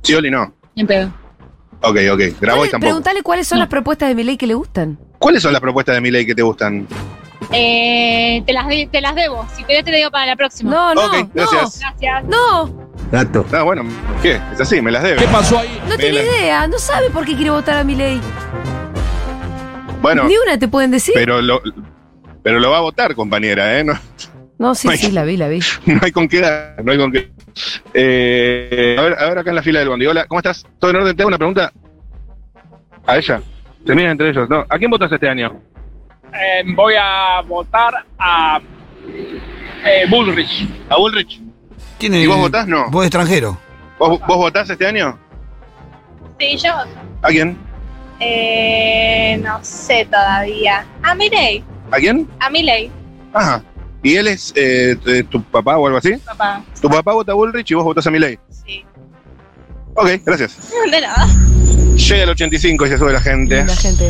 [SPEAKER 4] Sí, Oli, no.
[SPEAKER 7] bien pedo.
[SPEAKER 4] Ok, ok. Grabois tampoco.
[SPEAKER 1] Preguntale cuáles son las propuestas de Milei que le gustan.
[SPEAKER 4] ¿Cuáles son las propuestas de mi ley que te gustan?
[SPEAKER 7] Eh, te, las, de- te las debo, si querés te digo para la próxima.
[SPEAKER 1] No, no,
[SPEAKER 4] ok, gracias.
[SPEAKER 7] Gracias.
[SPEAKER 1] no, no,
[SPEAKER 10] Dato.
[SPEAKER 4] Ah, bueno, ¿qué? Es así, me las debe.
[SPEAKER 3] pasó ahí?
[SPEAKER 1] no tiene
[SPEAKER 4] Mela.
[SPEAKER 1] idea, no sabe por qué quiere votar a Milei.
[SPEAKER 4] Bueno,
[SPEAKER 1] Ni una te pueden decir.
[SPEAKER 4] pero lo, pero lo va a votar, compañera, ¿eh? No,
[SPEAKER 1] no, sí, sí, la vi, la vi.
[SPEAKER 4] no hay con qué dar, no hay con qué. Eh, a, ver, a ver acá en la fila del bondi. Hola, ¿cómo estás? ¿Todo en orden? Tengo una pregunta. A ella. Se miran entre ellos. No. ¿A quién votas este año?
[SPEAKER 11] Em,
[SPEAKER 6] voy a votar a Bullrich.
[SPEAKER 4] A Bullrich.
[SPEAKER 2] Tiene-
[SPEAKER 4] ¿Y vos votás? No.
[SPEAKER 2] Vos extranjero.
[SPEAKER 4] ¿Vos, vos votás este año?
[SPEAKER 8] Sí, yo.
[SPEAKER 4] ¿A quién?
[SPEAKER 8] Eh, no sé todavía. A mi ley,
[SPEAKER 4] ¿A quién?
[SPEAKER 8] a mi ley,
[SPEAKER 4] Ajá. ¿Y él es eh, tu- tu papá o algo así?
[SPEAKER 8] papá.
[SPEAKER 4] Tu papá vota a Bullrich y vos votás a Milei.
[SPEAKER 8] Sí.
[SPEAKER 4] Ok, gracias.
[SPEAKER 8] De nada.
[SPEAKER 4] Llega el 85 y se sube la gente.
[SPEAKER 1] La gente.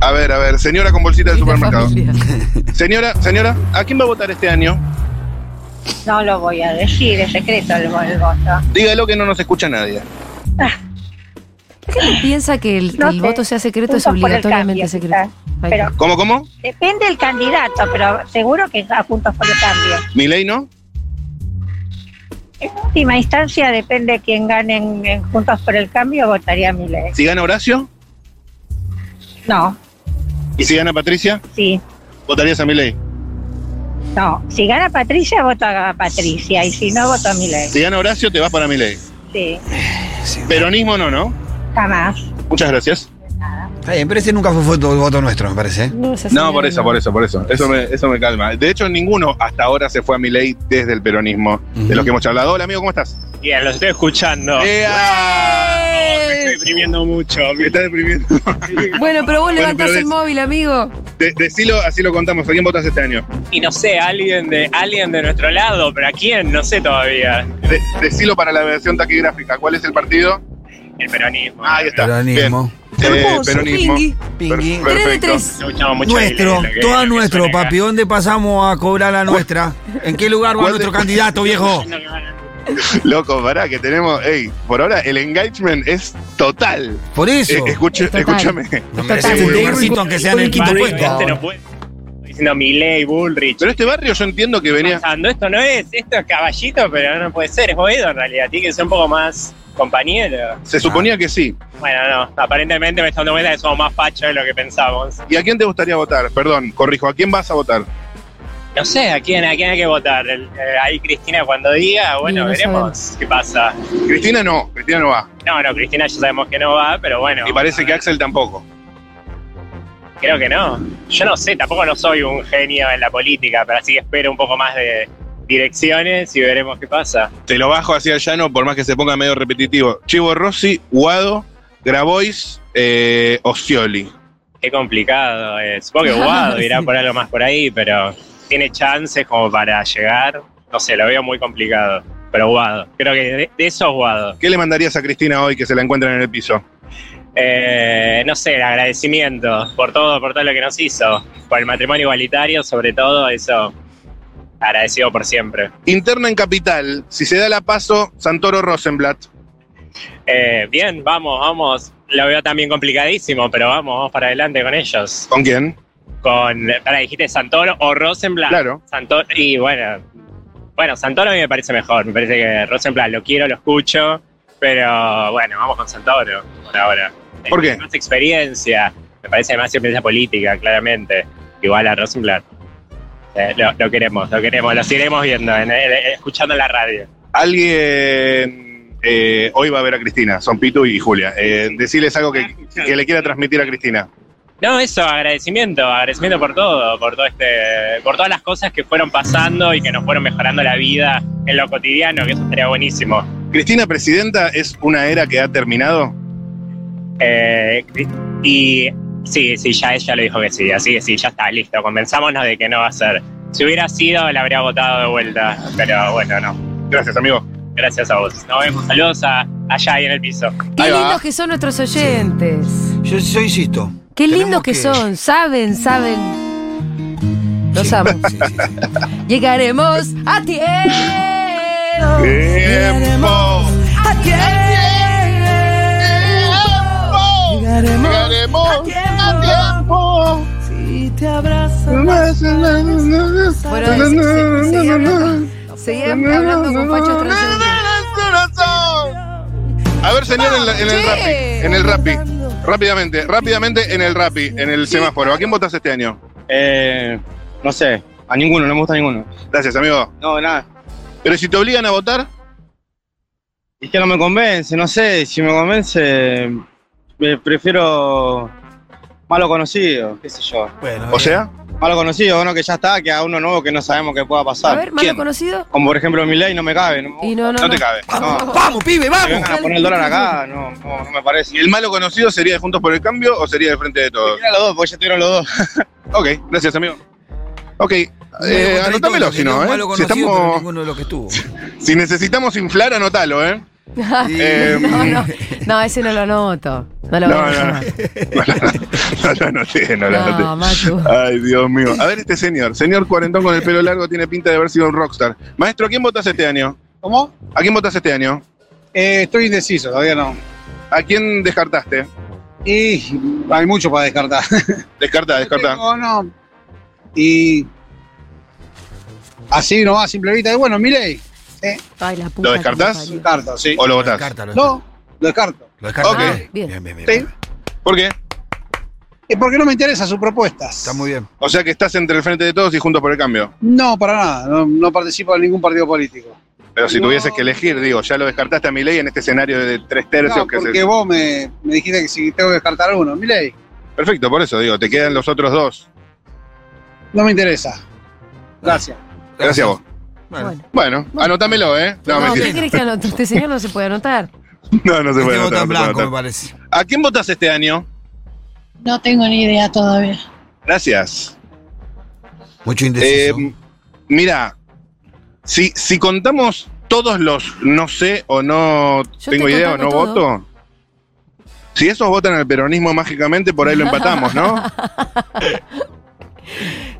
[SPEAKER 4] A ver, a ver, señora con bolsita del
[SPEAKER 1] linda
[SPEAKER 4] supermercado.
[SPEAKER 1] familia.
[SPEAKER 4] Señora, señora, ¿a quién va a votar este año?
[SPEAKER 8] No lo voy a decir, es secreto el, el voto.
[SPEAKER 4] Dígalo que no nos escucha nadie.
[SPEAKER 1] La gente piensa que el,
[SPEAKER 8] No
[SPEAKER 1] el
[SPEAKER 8] sé.
[SPEAKER 1] voto sea secreto, es
[SPEAKER 8] Juntos por el
[SPEAKER 1] obligatoriamente
[SPEAKER 8] cambio,
[SPEAKER 1] secreto.
[SPEAKER 8] quizás.
[SPEAKER 1] Ay,
[SPEAKER 8] Pero-
[SPEAKER 4] ¿Cómo, cómo?
[SPEAKER 8] Depende del candidato, pero seguro que a puntos por el cambio.
[SPEAKER 4] ¿Milei no?
[SPEAKER 8] En última instancia, depende de quién gane en, en Juntos por el Cambio, votaría a mi ley.
[SPEAKER 4] Si gana Horacio
[SPEAKER 8] No,
[SPEAKER 4] y si gana Patricia,
[SPEAKER 8] sí,
[SPEAKER 4] votarías a Milei.
[SPEAKER 8] no. Si gana Patricia, voto a Patricia, y si no, voto a mi ley.
[SPEAKER 4] Si gana Horacio, te vas para Milei.
[SPEAKER 8] Sí,
[SPEAKER 4] Peronismo no, ¿no?
[SPEAKER 8] jamás.
[SPEAKER 4] Muchas gracias.
[SPEAKER 2] Está bien, pero ese nunca fue voto, voto nuestro, me parece. ¿eh?
[SPEAKER 1] no, se hace
[SPEAKER 4] No, por
[SPEAKER 1] nada.
[SPEAKER 4] eso, por eso, por eso. Eso me, eso me calma. De hecho, ninguno hasta ahora se fue a Milei desde el peronismo, de los que hemos charlado. Hola, amigo, ¿cómo estás?
[SPEAKER 11] Bien, lo estoy escuchando.
[SPEAKER 4] ¡Ea!
[SPEAKER 11] Me estoy deprimiendo mucho.
[SPEAKER 4] Me está deprimiendo.
[SPEAKER 1] Bueno, pero vos levantás
[SPEAKER 4] pero
[SPEAKER 1] el
[SPEAKER 4] es-
[SPEAKER 1] móvil, amigo.
[SPEAKER 4] De- decilo, así lo contamos. ¿A quién votas este año?
[SPEAKER 11] Y no sé, alguien de, alguien de nuestro lado, pero ¿a quién? No sé todavía.
[SPEAKER 4] De- decilo para la versión taquigráfica. ¿Cuál es el partido?
[SPEAKER 11] El peronismo.
[SPEAKER 4] Ahí está.
[SPEAKER 2] Peronismo.
[SPEAKER 4] Bien. Ah, Eh,
[SPEAKER 1] Hermoso,
[SPEAKER 4] peronismo.
[SPEAKER 1] Pingui.
[SPEAKER 2] Pingui.
[SPEAKER 4] Per-
[SPEAKER 1] Tres de
[SPEAKER 4] perfecto.
[SPEAKER 1] tres.
[SPEAKER 11] Escuchamos mucho
[SPEAKER 2] Nuestro,
[SPEAKER 11] Aguilera, que-
[SPEAKER 2] todo
[SPEAKER 11] que
[SPEAKER 2] nuestro,
[SPEAKER 11] suena acá.
[SPEAKER 2] papi. ¿Dónde pasamos a cobrar la nuestra? ¿En qué lugar va
[SPEAKER 4] ¿Cuál de-
[SPEAKER 2] nuestro candidato, viejo?
[SPEAKER 4] Loco, pará, que tenemos. Ey, por ahora el engagement es total.
[SPEAKER 2] Por eso.
[SPEAKER 4] Eh, escuche-
[SPEAKER 1] Total.
[SPEAKER 4] escúchame.
[SPEAKER 2] No
[SPEAKER 1] Total.
[SPEAKER 2] mereces un lugarcito, aunque sea en el quinto
[SPEAKER 11] Barrio,
[SPEAKER 2] puesto.
[SPEAKER 11] este no puede. diciendo Miley, Bullrich.
[SPEAKER 4] Pero este barrio yo entiendo que venía.
[SPEAKER 11] Pasando. Esto no es, esto es caballito, pero no puede ser, es Boedo en realidad, tiene que ser un poco más compañero.
[SPEAKER 4] Se suponía que sí.
[SPEAKER 11] Bueno, no, aparentemente me está dando cuenta que somos más fachos de lo que pensamos.
[SPEAKER 4] ¿Y a quién te gustaría votar? Perdón, corrijo, ¿a quién vas a votar?
[SPEAKER 11] No sé a quién, a quién hay que votar. El- eh, ahí Cristina cuando diga, bueno,
[SPEAKER 4] no
[SPEAKER 11] veremos qué pasa.
[SPEAKER 4] Cristina no, Cristina no va.
[SPEAKER 11] No, no, Cristina ya sabemos que no va, pero bueno,
[SPEAKER 4] Y parece que Axel tampoco.
[SPEAKER 11] creo que no. Yo no sé, tampoco no soy un genio en la política, pero así que espero un poco más de direcciones y veremos qué pasa.
[SPEAKER 4] Te lo bajo hacia el llano, por más que se ponga medio repetitivo. Chivo Rossi, Guado, Grabois, eh, Ocioli.
[SPEAKER 11] Qué complicado. eh. Supongo que Guado irá por algo más por ahí, pero tiene chances como para llegar. No sé, lo veo muy complicado. Pero Guado, creo que de, de eso es Guado.
[SPEAKER 4] ¿Qué le mandarías a Cristina hoy que se la encuentran en el piso?
[SPEAKER 11] Eh, no sé, el agradecimiento por todo, por todo lo que nos hizo. Por el matrimonio igualitario, sobre todo, eso. Agradecido por siempre.
[SPEAKER 4] Interna en capital, si se da la paso, Santoro Rosenblatt.
[SPEAKER 11] Eh, bien, vamos, vamos. Lo veo también complicadísimo, pero vamos, vamos para adelante con ellos.
[SPEAKER 4] ¿Con quién?
[SPEAKER 11] Con, para, dijiste Santoro o Rosenblatt.
[SPEAKER 4] Claro.
[SPEAKER 11] Santoro, y bueno, bueno, Santoro a mí me parece mejor. Me parece que Rosenblatt lo quiero, lo escucho, pero bueno, vamos con Santoro por ahora.
[SPEAKER 4] ¿Por qué?
[SPEAKER 11] Tiene Más experiencia, me parece más experiencia política, claramente. Igual a Rosenblatt. Eh, lo, lo queremos, lo queremos, lo seguiremos viendo, en- en- escuchando en la radio.
[SPEAKER 4] Alguien eh, hoy va a ver a Cristina, son Pitu y Julia. Eh, decirles algo que, que le quiera transmitir a Cristina.
[SPEAKER 11] No, eso, agradecimiento, agradecimiento por todo, por todo este, por todas las cosas que fueron pasando y que nos fueron mejorando la vida en lo cotidiano, que eso estaría buenísimo.
[SPEAKER 4] Cristina presidenta es una era que ha terminado.
[SPEAKER 11] Eh, y sí, sí, ya ella lo dijo que sí, así que sí, ya está, listo, convenzámonos de que no va a ser. Si hubiera sido, la habría votado de vuelta, pero bueno, no.
[SPEAKER 4] Gracias, amigo.
[SPEAKER 11] Gracias a vos. Nos vemos, saludos a, allá ahí en el piso.
[SPEAKER 1] Qué lindos que son nuestros oyentes.
[SPEAKER 2] Yo, yo insisto.
[SPEAKER 1] Qué lindos que,
[SPEAKER 2] que-
[SPEAKER 1] son. Saben, saben. Los amo. Llegaremos a tiempo.
[SPEAKER 4] Eh, Tiempo.
[SPEAKER 1] A tiempo.
[SPEAKER 4] Llegaremos
[SPEAKER 1] a tiempo. Si te abrazan las
[SPEAKER 4] manos.
[SPEAKER 1] Bueno, es- se- seguí hablando- seguí hablando con Pacho Transense.
[SPEAKER 4] A ver, señor, en, la- en el
[SPEAKER 1] Che.
[SPEAKER 4] rapi. En el rapi. Rápidamente, rápidamente en el rapi, en el semáforo. ¿A quién votas este año?
[SPEAKER 9] Eh, no sé, a ninguno, no me gusta ninguno.
[SPEAKER 4] Gracias, amigo.
[SPEAKER 9] No, nada.
[SPEAKER 4] Pero si te obligan a votar,
[SPEAKER 9] Es que no me convence, no sé, si me convence, me prefiero malo conocido, qué sé yo.
[SPEAKER 2] Bueno,
[SPEAKER 4] o sea,
[SPEAKER 9] Malo conocido, uno que ya está, que a uno nuevo que no sabemos que pueda pasar.
[SPEAKER 1] A ver, malo
[SPEAKER 9] ¿Quién?
[SPEAKER 1] conocido.
[SPEAKER 9] Como por ejemplo mi ley no me cabe, no, me
[SPEAKER 1] Y no, no.
[SPEAKER 4] no
[SPEAKER 1] no.
[SPEAKER 4] te cabe.
[SPEAKER 9] no,
[SPEAKER 2] ¡Vamos, pibe,
[SPEAKER 9] me
[SPEAKER 2] vamos!
[SPEAKER 9] vengan a poner el dólar acá, no, no, no me parece.
[SPEAKER 4] ¿Y el malo conocido sería de Juntos por el Cambio o sería de Frente de Todos?
[SPEAKER 9] Mira los dos, porque ya tuvieron los dos.
[SPEAKER 4] Ok, gracias, amigo. Ok, eh,
[SPEAKER 2] Bueno,
[SPEAKER 4] anótamelo si no,
[SPEAKER 2] un
[SPEAKER 4] ¿eh?
[SPEAKER 2] malo
[SPEAKER 4] Si,
[SPEAKER 2] conocido, pero
[SPEAKER 4] estamos-
[SPEAKER 2] ninguno de los que estuvo.
[SPEAKER 4] si necesitamos inflar, anótalo, ¿eh? Eh,
[SPEAKER 1] no, no, no, ese no lo noto. No lo
[SPEAKER 4] No,
[SPEAKER 1] voy a
[SPEAKER 4] no, no.
[SPEAKER 1] llamar.
[SPEAKER 4] No lo anoté, no lo
[SPEAKER 1] No,
[SPEAKER 4] anoté.
[SPEAKER 1] Machu.
[SPEAKER 4] Ay, Dios mío. A ver este señor. Señor cuarentón con el pelo largo tiene pinta de haber sido un rockstar. Maestro, ¿a quién votas este año?
[SPEAKER 12] ¿Cómo?
[SPEAKER 4] ¿A quién votas este año?
[SPEAKER 12] Eh, estoy indeciso, todavía no.
[SPEAKER 4] ¿A quién descartaste?
[SPEAKER 12] Y hay mucho para descartar.
[SPEAKER 4] Descarta, descarta.
[SPEAKER 12] No, no. Y así nomás, simple vista. Y bueno, Milei,
[SPEAKER 1] Ay, la puta
[SPEAKER 4] ¿Lo
[SPEAKER 1] que
[SPEAKER 4] descartás?
[SPEAKER 1] me parió.
[SPEAKER 12] descarto, sí.
[SPEAKER 4] ¿O lo
[SPEAKER 2] Lo
[SPEAKER 4] votás?
[SPEAKER 2] descarta, lo
[SPEAKER 12] No, lo descarto.
[SPEAKER 2] Lo descarta.
[SPEAKER 4] Ok.
[SPEAKER 1] Ah, bien.
[SPEAKER 2] Bien, bien, bien.
[SPEAKER 12] Sí.
[SPEAKER 4] ¿Por qué?
[SPEAKER 12] Eh, porque no me interesan sus propuestas.
[SPEAKER 2] Está muy bien.
[SPEAKER 4] O sea que estás entre el frente de todos y juntos por el cambio.
[SPEAKER 12] No, para nada. No, no participo en ningún partido político.
[SPEAKER 4] Pero si
[SPEAKER 12] No.
[SPEAKER 4] tuvieses que elegir, digo, ya lo descartaste a mi ley en este escenario de tres tercios
[SPEAKER 12] No,
[SPEAKER 4] que se-
[SPEAKER 12] porque vos me, me dijiste que si tengo que descartar uno. Milei,
[SPEAKER 4] Perfecto, por eso digo, te quedan los otros dos.
[SPEAKER 12] no me interesa. Gracias.
[SPEAKER 4] Gracias a vos.
[SPEAKER 1] Bueno.
[SPEAKER 4] Bueno, anótamelo, ¿eh? No,
[SPEAKER 1] No, ¿qué
[SPEAKER 4] mentira.
[SPEAKER 1] crees que anote? Este señor no se puede anotar.
[SPEAKER 4] No, no se
[SPEAKER 2] Este
[SPEAKER 4] puede
[SPEAKER 2] voto
[SPEAKER 4] anotar,
[SPEAKER 2] en
[SPEAKER 4] no se puede
[SPEAKER 2] blanco, me
[SPEAKER 4] anotar.
[SPEAKER 2] parece.
[SPEAKER 4] ¿A quién votas este año?
[SPEAKER 7] No tengo ni idea todavía.
[SPEAKER 4] Gracias.
[SPEAKER 2] Mucho
[SPEAKER 4] Eh,
[SPEAKER 2] indeciso.
[SPEAKER 4] mira, si, si contamos todos los no sé o no
[SPEAKER 1] Yo
[SPEAKER 4] tengo
[SPEAKER 1] estoy
[SPEAKER 4] idea o no
[SPEAKER 1] contando todo.
[SPEAKER 4] voto, si esos votan al peronismo mágicamente, por ahí lo empatamos, ¿no?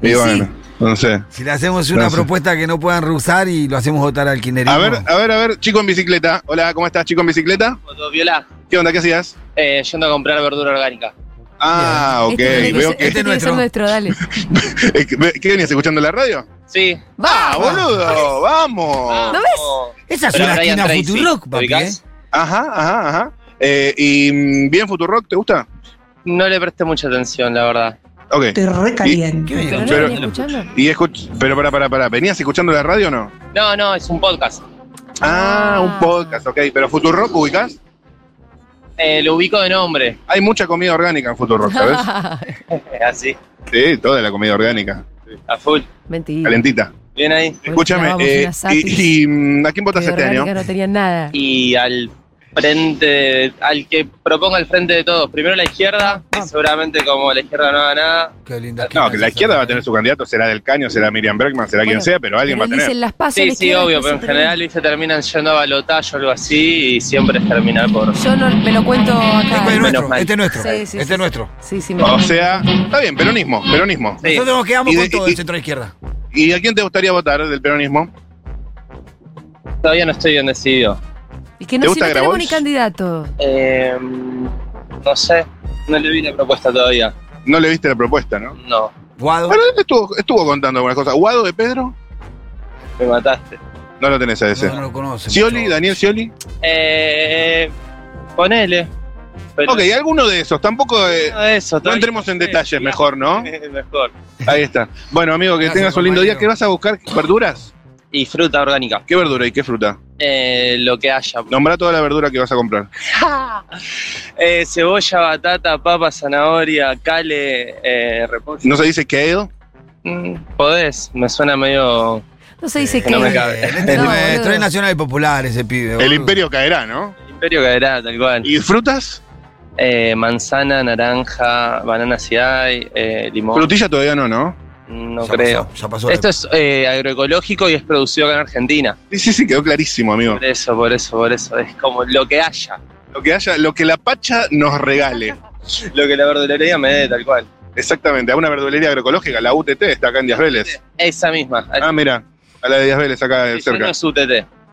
[SPEAKER 1] Y sí.
[SPEAKER 4] y bueno, no sé.
[SPEAKER 2] si le hacemos una
[SPEAKER 4] Gracias.
[SPEAKER 2] propuesta que no puedan rehusar y lo hacemos votar al kirchnerismo.
[SPEAKER 4] A ver, a ver, a ver, chico en bicicleta. Hola, ¿cómo estás, chico en bicicleta?
[SPEAKER 5] Viola,
[SPEAKER 9] Eh,
[SPEAKER 4] ¿Qué onda? ¿Qué hacías?
[SPEAKER 5] yendo a comprar verdura orgánica.
[SPEAKER 4] Ah, ok.
[SPEAKER 1] Este tiene que
[SPEAKER 4] Veo
[SPEAKER 1] ser-
[SPEAKER 4] que.
[SPEAKER 1] este tiene que ser nuestro, dale.
[SPEAKER 4] Eh, ¿Qué qué venías escuchando la radio?
[SPEAKER 9] Sí.
[SPEAKER 4] ¡Ah, boludo! ¡Vamos!
[SPEAKER 1] ¿No ves?
[SPEAKER 2] Esa
[SPEAKER 4] es una esquina
[SPEAKER 2] Futurock, papi,
[SPEAKER 1] ¿eh?
[SPEAKER 4] Ajá, ajá, ajá. Eh, ¿Y mm, bien Futurock? ¿Te gusta?
[SPEAKER 9] No le presté mucha atención, la verdad.
[SPEAKER 4] Ok.
[SPEAKER 9] Te recaliento.
[SPEAKER 4] ¿Y,
[SPEAKER 9] Pero no
[SPEAKER 4] pero,
[SPEAKER 9] venía escuchando.
[SPEAKER 4] y escuch- pero pará, pará, pará. ¿Venías escuchando la radio o no?
[SPEAKER 9] No, no, es un podcast.
[SPEAKER 4] Ah, un podcast, ok. ¿Pero Futurock ubicás?
[SPEAKER 9] Eh, lo ubico de nombre.
[SPEAKER 4] Hay mucha comida orgánica en Futurock, ¿sabes?
[SPEAKER 9] Así,
[SPEAKER 4] sí, toda la comida orgánica.
[SPEAKER 9] a full.
[SPEAKER 1] Mentira.
[SPEAKER 4] Calentita.
[SPEAKER 9] Bien ahí.
[SPEAKER 4] Escúchame,
[SPEAKER 1] Vamos,
[SPEAKER 4] eh,
[SPEAKER 1] una satis.
[SPEAKER 4] y, y, mm, a quién votaste
[SPEAKER 1] De
[SPEAKER 4] este año?
[SPEAKER 1] orgánica no tenía nada.
[SPEAKER 9] Y al frente, al que proponga el frente de todos. Primero la
[SPEAKER 1] Ah,
[SPEAKER 9] izquierda, que seguramente como la izquierda no haga nada.
[SPEAKER 4] No, que la izquierda va a tener su candidato, será del Caño, será Miriam Bergman, será
[SPEAKER 9] Bueno,
[SPEAKER 4] quien sea, pero alguien va a tener.
[SPEAKER 1] PASO,
[SPEAKER 9] Sí,
[SPEAKER 1] la
[SPEAKER 9] sí,
[SPEAKER 1] izquierda
[SPEAKER 9] obvio,
[SPEAKER 1] que
[SPEAKER 9] pero en
[SPEAKER 1] se
[SPEAKER 9] general ¿viste? terminan yendo a balotaje o algo así y siempre es terminar por.
[SPEAKER 1] Yo no me lo cuento acá.
[SPEAKER 9] Menos mal.
[SPEAKER 2] Este es nuestro.
[SPEAKER 1] Sí, sí,
[SPEAKER 2] este
[SPEAKER 1] sí,
[SPEAKER 2] es nuestro.
[SPEAKER 1] Sí, sí, me
[SPEAKER 4] O sea, está bien, peronismo, peronismo.
[SPEAKER 2] Nosotros nos quedamos
[SPEAKER 4] Y de-
[SPEAKER 2] con todo
[SPEAKER 4] y-
[SPEAKER 2] el centro de izquierda.
[SPEAKER 4] ¿Y a quién te gustaría votar del peronismo?
[SPEAKER 9] Todavía no estoy bien decidido.
[SPEAKER 1] Y que
[SPEAKER 4] ¿Te
[SPEAKER 1] no, si
[SPEAKER 4] gusta
[SPEAKER 1] no tenemos
[SPEAKER 4] Grabois?
[SPEAKER 1] ni candidato.
[SPEAKER 9] Eh, no sé, no le vi la propuesta todavía.
[SPEAKER 4] No le viste la propuesta, ¿no?
[SPEAKER 9] No,
[SPEAKER 2] Guado.
[SPEAKER 4] Pero él estuvo, estuvo contando algunas cosas. ¿Guado de Pedro?
[SPEAKER 9] me mataste.
[SPEAKER 4] No lo tenés a ese.
[SPEAKER 2] No, no lo conoce.
[SPEAKER 4] ¿Scioli? ¿Daniel Scioli?
[SPEAKER 9] Eh, ponele. Pero
[SPEAKER 4] ok, alguno de esos. Tampoco. eh,
[SPEAKER 9] uno de esos,
[SPEAKER 4] no
[SPEAKER 9] todavía
[SPEAKER 4] entremos en
[SPEAKER 9] sé.
[SPEAKER 4] detalles, mejor, ¿no?
[SPEAKER 9] Mejor.
[SPEAKER 4] Ahí está. Bueno, amigo, que
[SPEAKER 2] Gracias,
[SPEAKER 4] tengas un lindo
[SPEAKER 2] compañero.
[SPEAKER 4] día. ¿Qué vas a buscar? ¿Verduras?
[SPEAKER 9] Y fruta orgánica.
[SPEAKER 4] ¿Qué verdura y qué fruta?
[SPEAKER 9] Eh, lo que haya.
[SPEAKER 4] Nombrá toda la verdura que vas a comprar.
[SPEAKER 9] Eh, cebolla, batata, papa, zanahoria, cale, eh, repollo.
[SPEAKER 4] ¿No se dice quedo?
[SPEAKER 9] Mm, Podés, me suena medio.
[SPEAKER 1] No se
[SPEAKER 4] Eh,
[SPEAKER 1] dice que.
[SPEAKER 9] no me cabe.
[SPEAKER 2] Este es
[SPEAKER 1] No,
[SPEAKER 2] nuestro,
[SPEAKER 1] boludo.
[SPEAKER 2] es nacional y popular ese pibe.
[SPEAKER 4] El
[SPEAKER 2] boludo.
[SPEAKER 4] imperio caerá, ¿no?
[SPEAKER 9] El imperio caerá, tal cual.
[SPEAKER 4] ¿Y frutas?
[SPEAKER 9] Eh, manzana, naranja, banana si hay, eh, limón.
[SPEAKER 4] Frutilla todavía no, ¿no?
[SPEAKER 9] No
[SPEAKER 2] Ya
[SPEAKER 9] creo.
[SPEAKER 2] pasó, ya pasó.
[SPEAKER 9] Esto es eh, agroecológico y es producido acá en Argentina.
[SPEAKER 4] Sí, sí, sí, quedó clarísimo, amigo.
[SPEAKER 9] Por eso, por eso, por eso. Es como lo que haya.
[SPEAKER 4] Lo que haya, lo que la pacha nos regale.
[SPEAKER 9] Lo que la verdulería me dé, tal cual.
[SPEAKER 4] Exactamente, a una verdulería agroecológica, la UTT está acá en Díaz Vélez.
[SPEAKER 9] Esa misma.
[SPEAKER 4] Ah, mira, a la de Díaz Vélez acá
[SPEAKER 9] Ese
[SPEAKER 4] cerca.
[SPEAKER 9] no es UTT.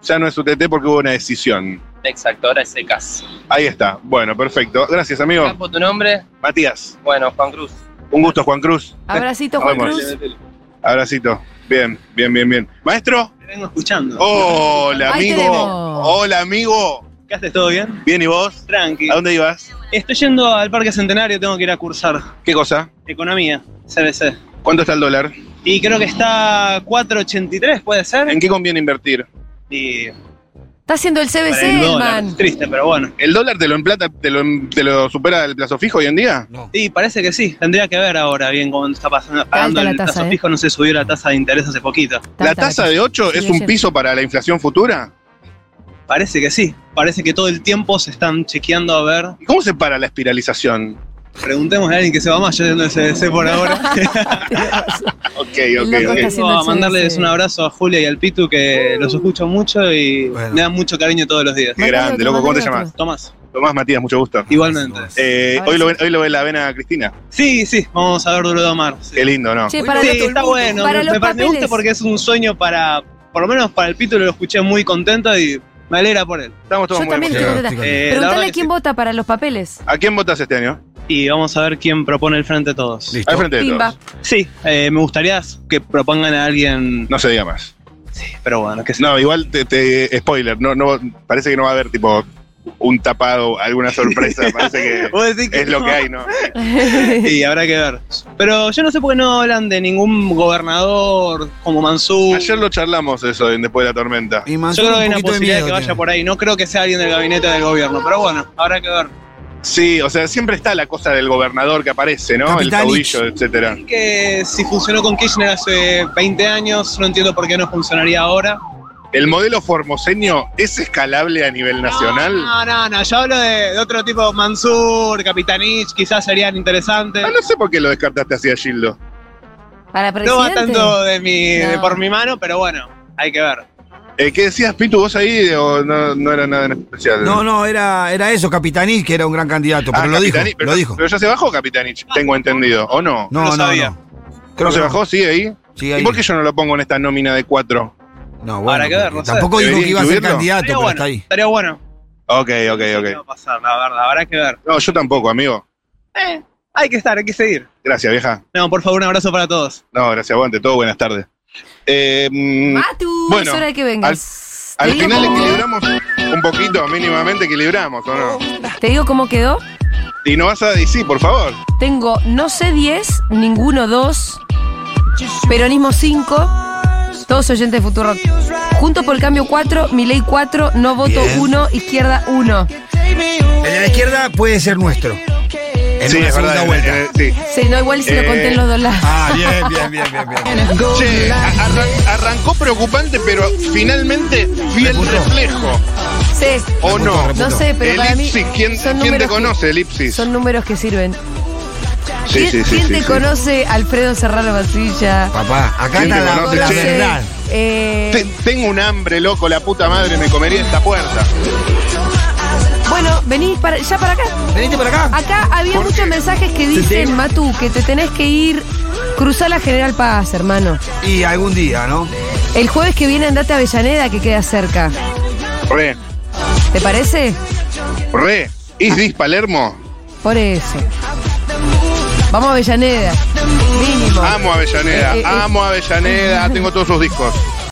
[SPEAKER 4] Ya no es UTT porque hubo una decisión.
[SPEAKER 9] Exacto, ahora es ECAS.
[SPEAKER 4] Ahí está. Bueno, perfecto. Gracias, amigo.
[SPEAKER 9] Capo, tu nombre?
[SPEAKER 4] Matías,
[SPEAKER 9] Bueno, Juan Cruz.
[SPEAKER 4] un gusto, Juan Cruz.
[SPEAKER 1] Abracito, Juan
[SPEAKER 4] Vamos.
[SPEAKER 1] Cruz.
[SPEAKER 4] Abracito. Bien, bien, bien, bien. Maestro.
[SPEAKER 13] Te vengo escuchando.
[SPEAKER 4] Hola,
[SPEAKER 1] Ahí
[SPEAKER 4] amigo.
[SPEAKER 1] tenemos.
[SPEAKER 4] Hola, amigo.
[SPEAKER 13] ¿Qué haces? ¿Todo bien?
[SPEAKER 4] Bien, ¿y vos?
[SPEAKER 13] Tranqui.
[SPEAKER 4] ¿A dónde ibas?
[SPEAKER 13] Estoy yendo al Parque Centenario, tengo que ir a cursar
[SPEAKER 4] ¿Qué cosa?
[SPEAKER 13] Economía, CBC.
[SPEAKER 4] ¿Cuánto está el dólar?
[SPEAKER 13] Y creo que está 4.83, ¿puede ser?
[SPEAKER 4] ¿En qué conviene invertir?
[SPEAKER 13] Y
[SPEAKER 1] Está haciendo el
[SPEAKER 13] para el
[SPEAKER 1] CBC,
[SPEAKER 13] dólar.
[SPEAKER 1] man.
[SPEAKER 13] Triste, pero bueno.
[SPEAKER 4] ¿El dólar te lo emplata, te lo, te lo supera el plazo fijo hoy en día?
[SPEAKER 13] Y parece que sí, tendría que ver ahora bien cómo está pasando, pagando
[SPEAKER 1] alta la
[SPEAKER 13] el
[SPEAKER 1] tasa,
[SPEAKER 13] plazo
[SPEAKER 1] ¿eh?
[SPEAKER 13] fijo, no se subió la tasa de interés hace poquito.
[SPEAKER 1] Está
[SPEAKER 4] ¿La
[SPEAKER 1] alta
[SPEAKER 4] tasa de 8
[SPEAKER 1] Sí,
[SPEAKER 4] es un
[SPEAKER 1] ayer.
[SPEAKER 4] piso para la inflación futura?
[SPEAKER 13] Parece que sí, parece que todo el tiempo se están chequeando a ver.
[SPEAKER 4] ¿Y cómo se para la espiralización?
[SPEAKER 13] Preguntemos a alguien que se va más, yo yendo el CBC por ahora.
[SPEAKER 4] Ok,
[SPEAKER 1] El loco está
[SPEAKER 4] ok, ok.
[SPEAKER 1] haciendo Uh.
[SPEAKER 13] Vengo a
[SPEAKER 1] el
[SPEAKER 13] mandarles
[SPEAKER 1] CBC.
[SPEAKER 13] un abrazo a Julia y al Pitu que los escucho mucho y
[SPEAKER 2] Bueno.
[SPEAKER 13] me dan mucho cariño todos los días.
[SPEAKER 4] Qué grande, loco. ¿Cómo te
[SPEAKER 1] Mandale
[SPEAKER 4] llamas?
[SPEAKER 1] otro.
[SPEAKER 13] Tomás,
[SPEAKER 4] Tomás Matías, mucho gusto.
[SPEAKER 13] igualmente.
[SPEAKER 4] Eh, hoy, lo, ve- hoy lo ve la vena Cristina.
[SPEAKER 13] Sí, sí, vamos a ver Duro de Omar. sí.
[SPEAKER 4] Qué lindo, ¿no?
[SPEAKER 1] Che,
[SPEAKER 2] Hoy
[SPEAKER 1] para
[SPEAKER 2] no
[SPEAKER 13] Sí,
[SPEAKER 1] los-
[SPEAKER 2] todo el
[SPEAKER 13] está
[SPEAKER 2] mundo.
[SPEAKER 13] bueno.
[SPEAKER 1] Para
[SPEAKER 13] me,
[SPEAKER 1] los
[SPEAKER 13] me gusta
[SPEAKER 1] papeles.
[SPEAKER 13] porque es un sueño para, por lo menos para el Pitu lo escuché muy contento y me alegra por él.
[SPEAKER 4] Estamos todos
[SPEAKER 1] Yo
[SPEAKER 4] muy
[SPEAKER 1] también
[SPEAKER 4] emocionados.
[SPEAKER 1] quiero contestar.
[SPEAKER 13] Eh, la verdad
[SPEAKER 1] Preguntale
[SPEAKER 13] que
[SPEAKER 1] quién
[SPEAKER 13] sí.
[SPEAKER 1] vota para los papeles.
[SPEAKER 4] ¿A quién votas este año?
[SPEAKER 13] Y vamos a ver quién propone el frente a todos.
[SPEAKER 2] Listo.
[SPEAKER 4] Al frente de
[SPEAKER 1] Pimba.
[SPEAKER 4] todos.
[SPEAKER 13] Sí, eh, me gustaría que propongan a alguien,
[SPEAKER 4] No se diga más.
[SPEAKER 13] pero bueno, que
[SPEAKER 4] No, igual te, te- spoiler, no, no, parece que no va a haber tipo un tapado, alguna sorpresa, parece
[SPEAKER 13] Vos decís
[SPEAKER 4] que es lo
[SPEAKER 13] no.
[SPEAKER 4] que hay, ¿no?
[SPEAKER 13] Y habrá que ver. Pero yo no sé por qué no hablan de ningún gobernador como Mansur.
[SPEAKER 4] Ayer lo charlamos eso en después de la tormenta.
[SPEAKER 2] Y
[SPEAKER 13] Yo
[SPEAKER 2] Mansur
[SPEAKER 13] creo que
[SPEAKER 2] un
[SPEAKER 13] hay una
[SPEAKER 2] poquito de
[SPEAKER 13] posibilidad
[SPEAKER 2] miedo
[SPEAKER 13] que vaya
[SPEAKER 2] tiene.
[SPEAKER 13] por ahí. No creo que sea alguien del gabinete del gobierno, pero bueno, habrá que ver.
[SPEAKER 4] Sí, o sea, siempre está la cosa del gobernador que aparece, ¿no?
[SPEAKER 2] Capitanich.
[SPEAKER 4] El caudillo, etcétera.
[SPEAKER 13] Así que si funcionó con Kirchner hace 20 años, no entiendo por qué no funcionaría ahora.
[SPEAKER 4] ¿El modelo formoseño es escalable a nivel nacional?
[SPEAKER 13] No, no, no. Yo hablo de, de otro tipo, Mansur, Capitanich, quizás serían interesantes.
[SPEAKER 4] Ah, no sé por qué lo descartaste hacia Gildo.
[SPEAKER 1] Para
[SPEAKER 13] No va
[SPEAKER 1] presidente.
[SPEAKER 13] tanto de mi, de
[SPEAKER 1] No.
[SPEAKER 13] por mi mano, pero bueno, hay que ver.
[SPEAKER 4] Eh, ¿Qué decías, Pitu, vos ahí? ¿O no, no era nada en especial?
[SPEAKER 2] No, no, era, era eso, Capitanich, que era un gran candidato, pero
[SPEAKER 4] Ah,
[SPEAKER 2] lo dijo,
[SPEAKER 4] Capitanich, pero,
[SPEAKER 2] lo dijo.
[SPEAKER 4] Pero ya se bajó Capitanich, tengo entendido, ¿o no?
[SPEAKER 2] No,
[SPEAKER 13] no
[SPEAKER 2] no,
[SPEAKER 13] sabía.
[SPEAKER 2] no.
[SPEAKER 4] Creo que se
[SPEAKER 2] no.
[SPEAKER 4] bajó, sigue ahí.
[SPEAKER 2] Sigue
[SPEAKER 4] ¿Y
[SPEAKER 2] ahí.
[SPEAKER 4] por qué yo no lo pongo en esta nómina de cuatro?
[SPEAKER 2] No, bueno,
[SPEAKER 13] Habrá que ver,
[SPEAKER 2] porque
[SPEAKER 13] no sé.
[SPEAKER 2] tampoco dijo que
[SPEAKER 4] ¿Debería
[SPEAKER 2] iba a ser
[SPEAKER 4] incluirlo?
[SPEAKER 2] candidato, pero
[SPEAKER 13] bueno,
[SPEAKER 2] está ahí.
[SPEAKER 13] estaría bueno.
[SPEAKER 4] Ok, ok,
[SPEAKER 13] No sé qué va
[SPEAKER 4] ok.
[SPEAKER 13] a pasar, la verdad, habrá que ver. Eh,
[SPEAKER 4] No, yo tampoco, amigo.
[SPEAKER 13] Hay que estar, hay que seguir.
[SPEAKER 4] Gracias, vieja.
[SPEAKER 13] No, por favor, un abrazo para todos.
[SPEAKER 4] No, gracias, aguante todo. Buenas tardes. Eh, mm,
[SPEAKER 1] Matu,
[SPEAKER 4] bueno,
[SPEAKER 1] es hora de que
[SPEAKER 4] al,
[SPEAKER 1] vengas.
[SPEAKER 4] al
[SPEAKER 1] Te digo
[SPEAKER 4] final
[SPEAKER 1] cómo-
[SPEAKER 4] equilibramos un poquito, mínimamente equilibramos, ¿o no?
[SPEAKER 1] ¿Te digo cómo quedó?
[SPEAKER 4] Y no vas a decir, por favor.
[SPEAKER 1] Tengo no sé 10, ninguno 2, peronismo 5, todos oyentes de Futuro. Juntos por el cambio 4, mi ley 4, no voto
[SPEAKER 2] Bien.
[SPEAKER 1] 1, izquierda 1.
[SPEAKER 2] El de la izquierda puede ser nuestro. En
[SPEAKER 4] sí,
[SPEAKER 2] una
[SPEAKER 4] es
[SPEAKER 2] segunda
[SPEAKER 4] verdad.
[SPEAKER 2] vuelta.
[SPEAKER 4] eh, eh, sí.
[SPEAKER 1] Sí, no, igual si lo
[SPEAKER 4] Eh,
[SPEAKER 1] conté en los dos lados.
[SPEAKER 2] Ah, bien, bien, bien, bien, bien.
[SPEAKER 4] Che, a- arran- arrancó preocupante, pero finalmente fiel reflejo.
[SPEAKER 1] Sí.
[SPEAKER 4] ¿O no?
[SPEAKER 1] No sé, pero
[SPEAKER 4] El
[SPEAKER 1] para mí.
[SPEAKER 4] Ipsis, ¿quién,
[SPEAKER 1] son
[SPEAKER 4] quién te
[SPEAKER 1] números que-
[SPEAKER 4] conoce, el Ipsis?
[SPEAKER 1] Son números que sirven.
[SPEAKER 4] Sí,
[SPEAKER 1] ¿Quién,
[SPEAKER 4] sí, sí,
[SPEAKER 1] quién
[SPEAKER 4] sí,
[SPEAKER 1] te
[SPEAKER 4] sí.
[SPEAKER 1] conoce Alfredo Serrano Basilla?
[SPEAKER 2] Papá, acá
[SPEAKER 4] ¿Quién
[SPEAKER 2] está
[SPEAKER 4] te
[SPEAKER 2] la,
[SPEAKER 4] conoce,
[SPEAKER 2] la
[SPEAKER 4] che?
[SPEAKER 2] verdad.
[SPEAKER 1] Eh,
[SPEAKER 4] Te- tengo un hambre, loco, la puta madre, me comería esta puerta.
[SPEAKER 1] Bueno, venís para, ya para acá.
[SPEAKER 2] Venite para acá.
[SPEAKER 1] Acá había
[SPEAKER 4] ¿Por
[SPEAKER 1] muchos
[SPEAKER 4] qué?
[SPEAKER 1] mensajes que dicen, Matu, que te tenés que ir, cruzar la General Paz, hermano.
[SPEAKER 2] Y algún día, ¿no?
[SPEAKER 1] El jueves que viene andate a Avellaneda, que queda cerca.
[SPEAKER 4] Re,
[SPEAKER 1] ¿Te parece?
[SPEAKER 4] re. ¿Is this Palermo?
[SPEAKER 1] Por eso. Vamos a Avellaneda. Mínimo.
[SPEAKER 4] Amo a Avellaneda,
[SPEAKER 1] Eh, eh, eh.
[SPEAKER 4] amo a Avellaneda, tengo todos sus discos.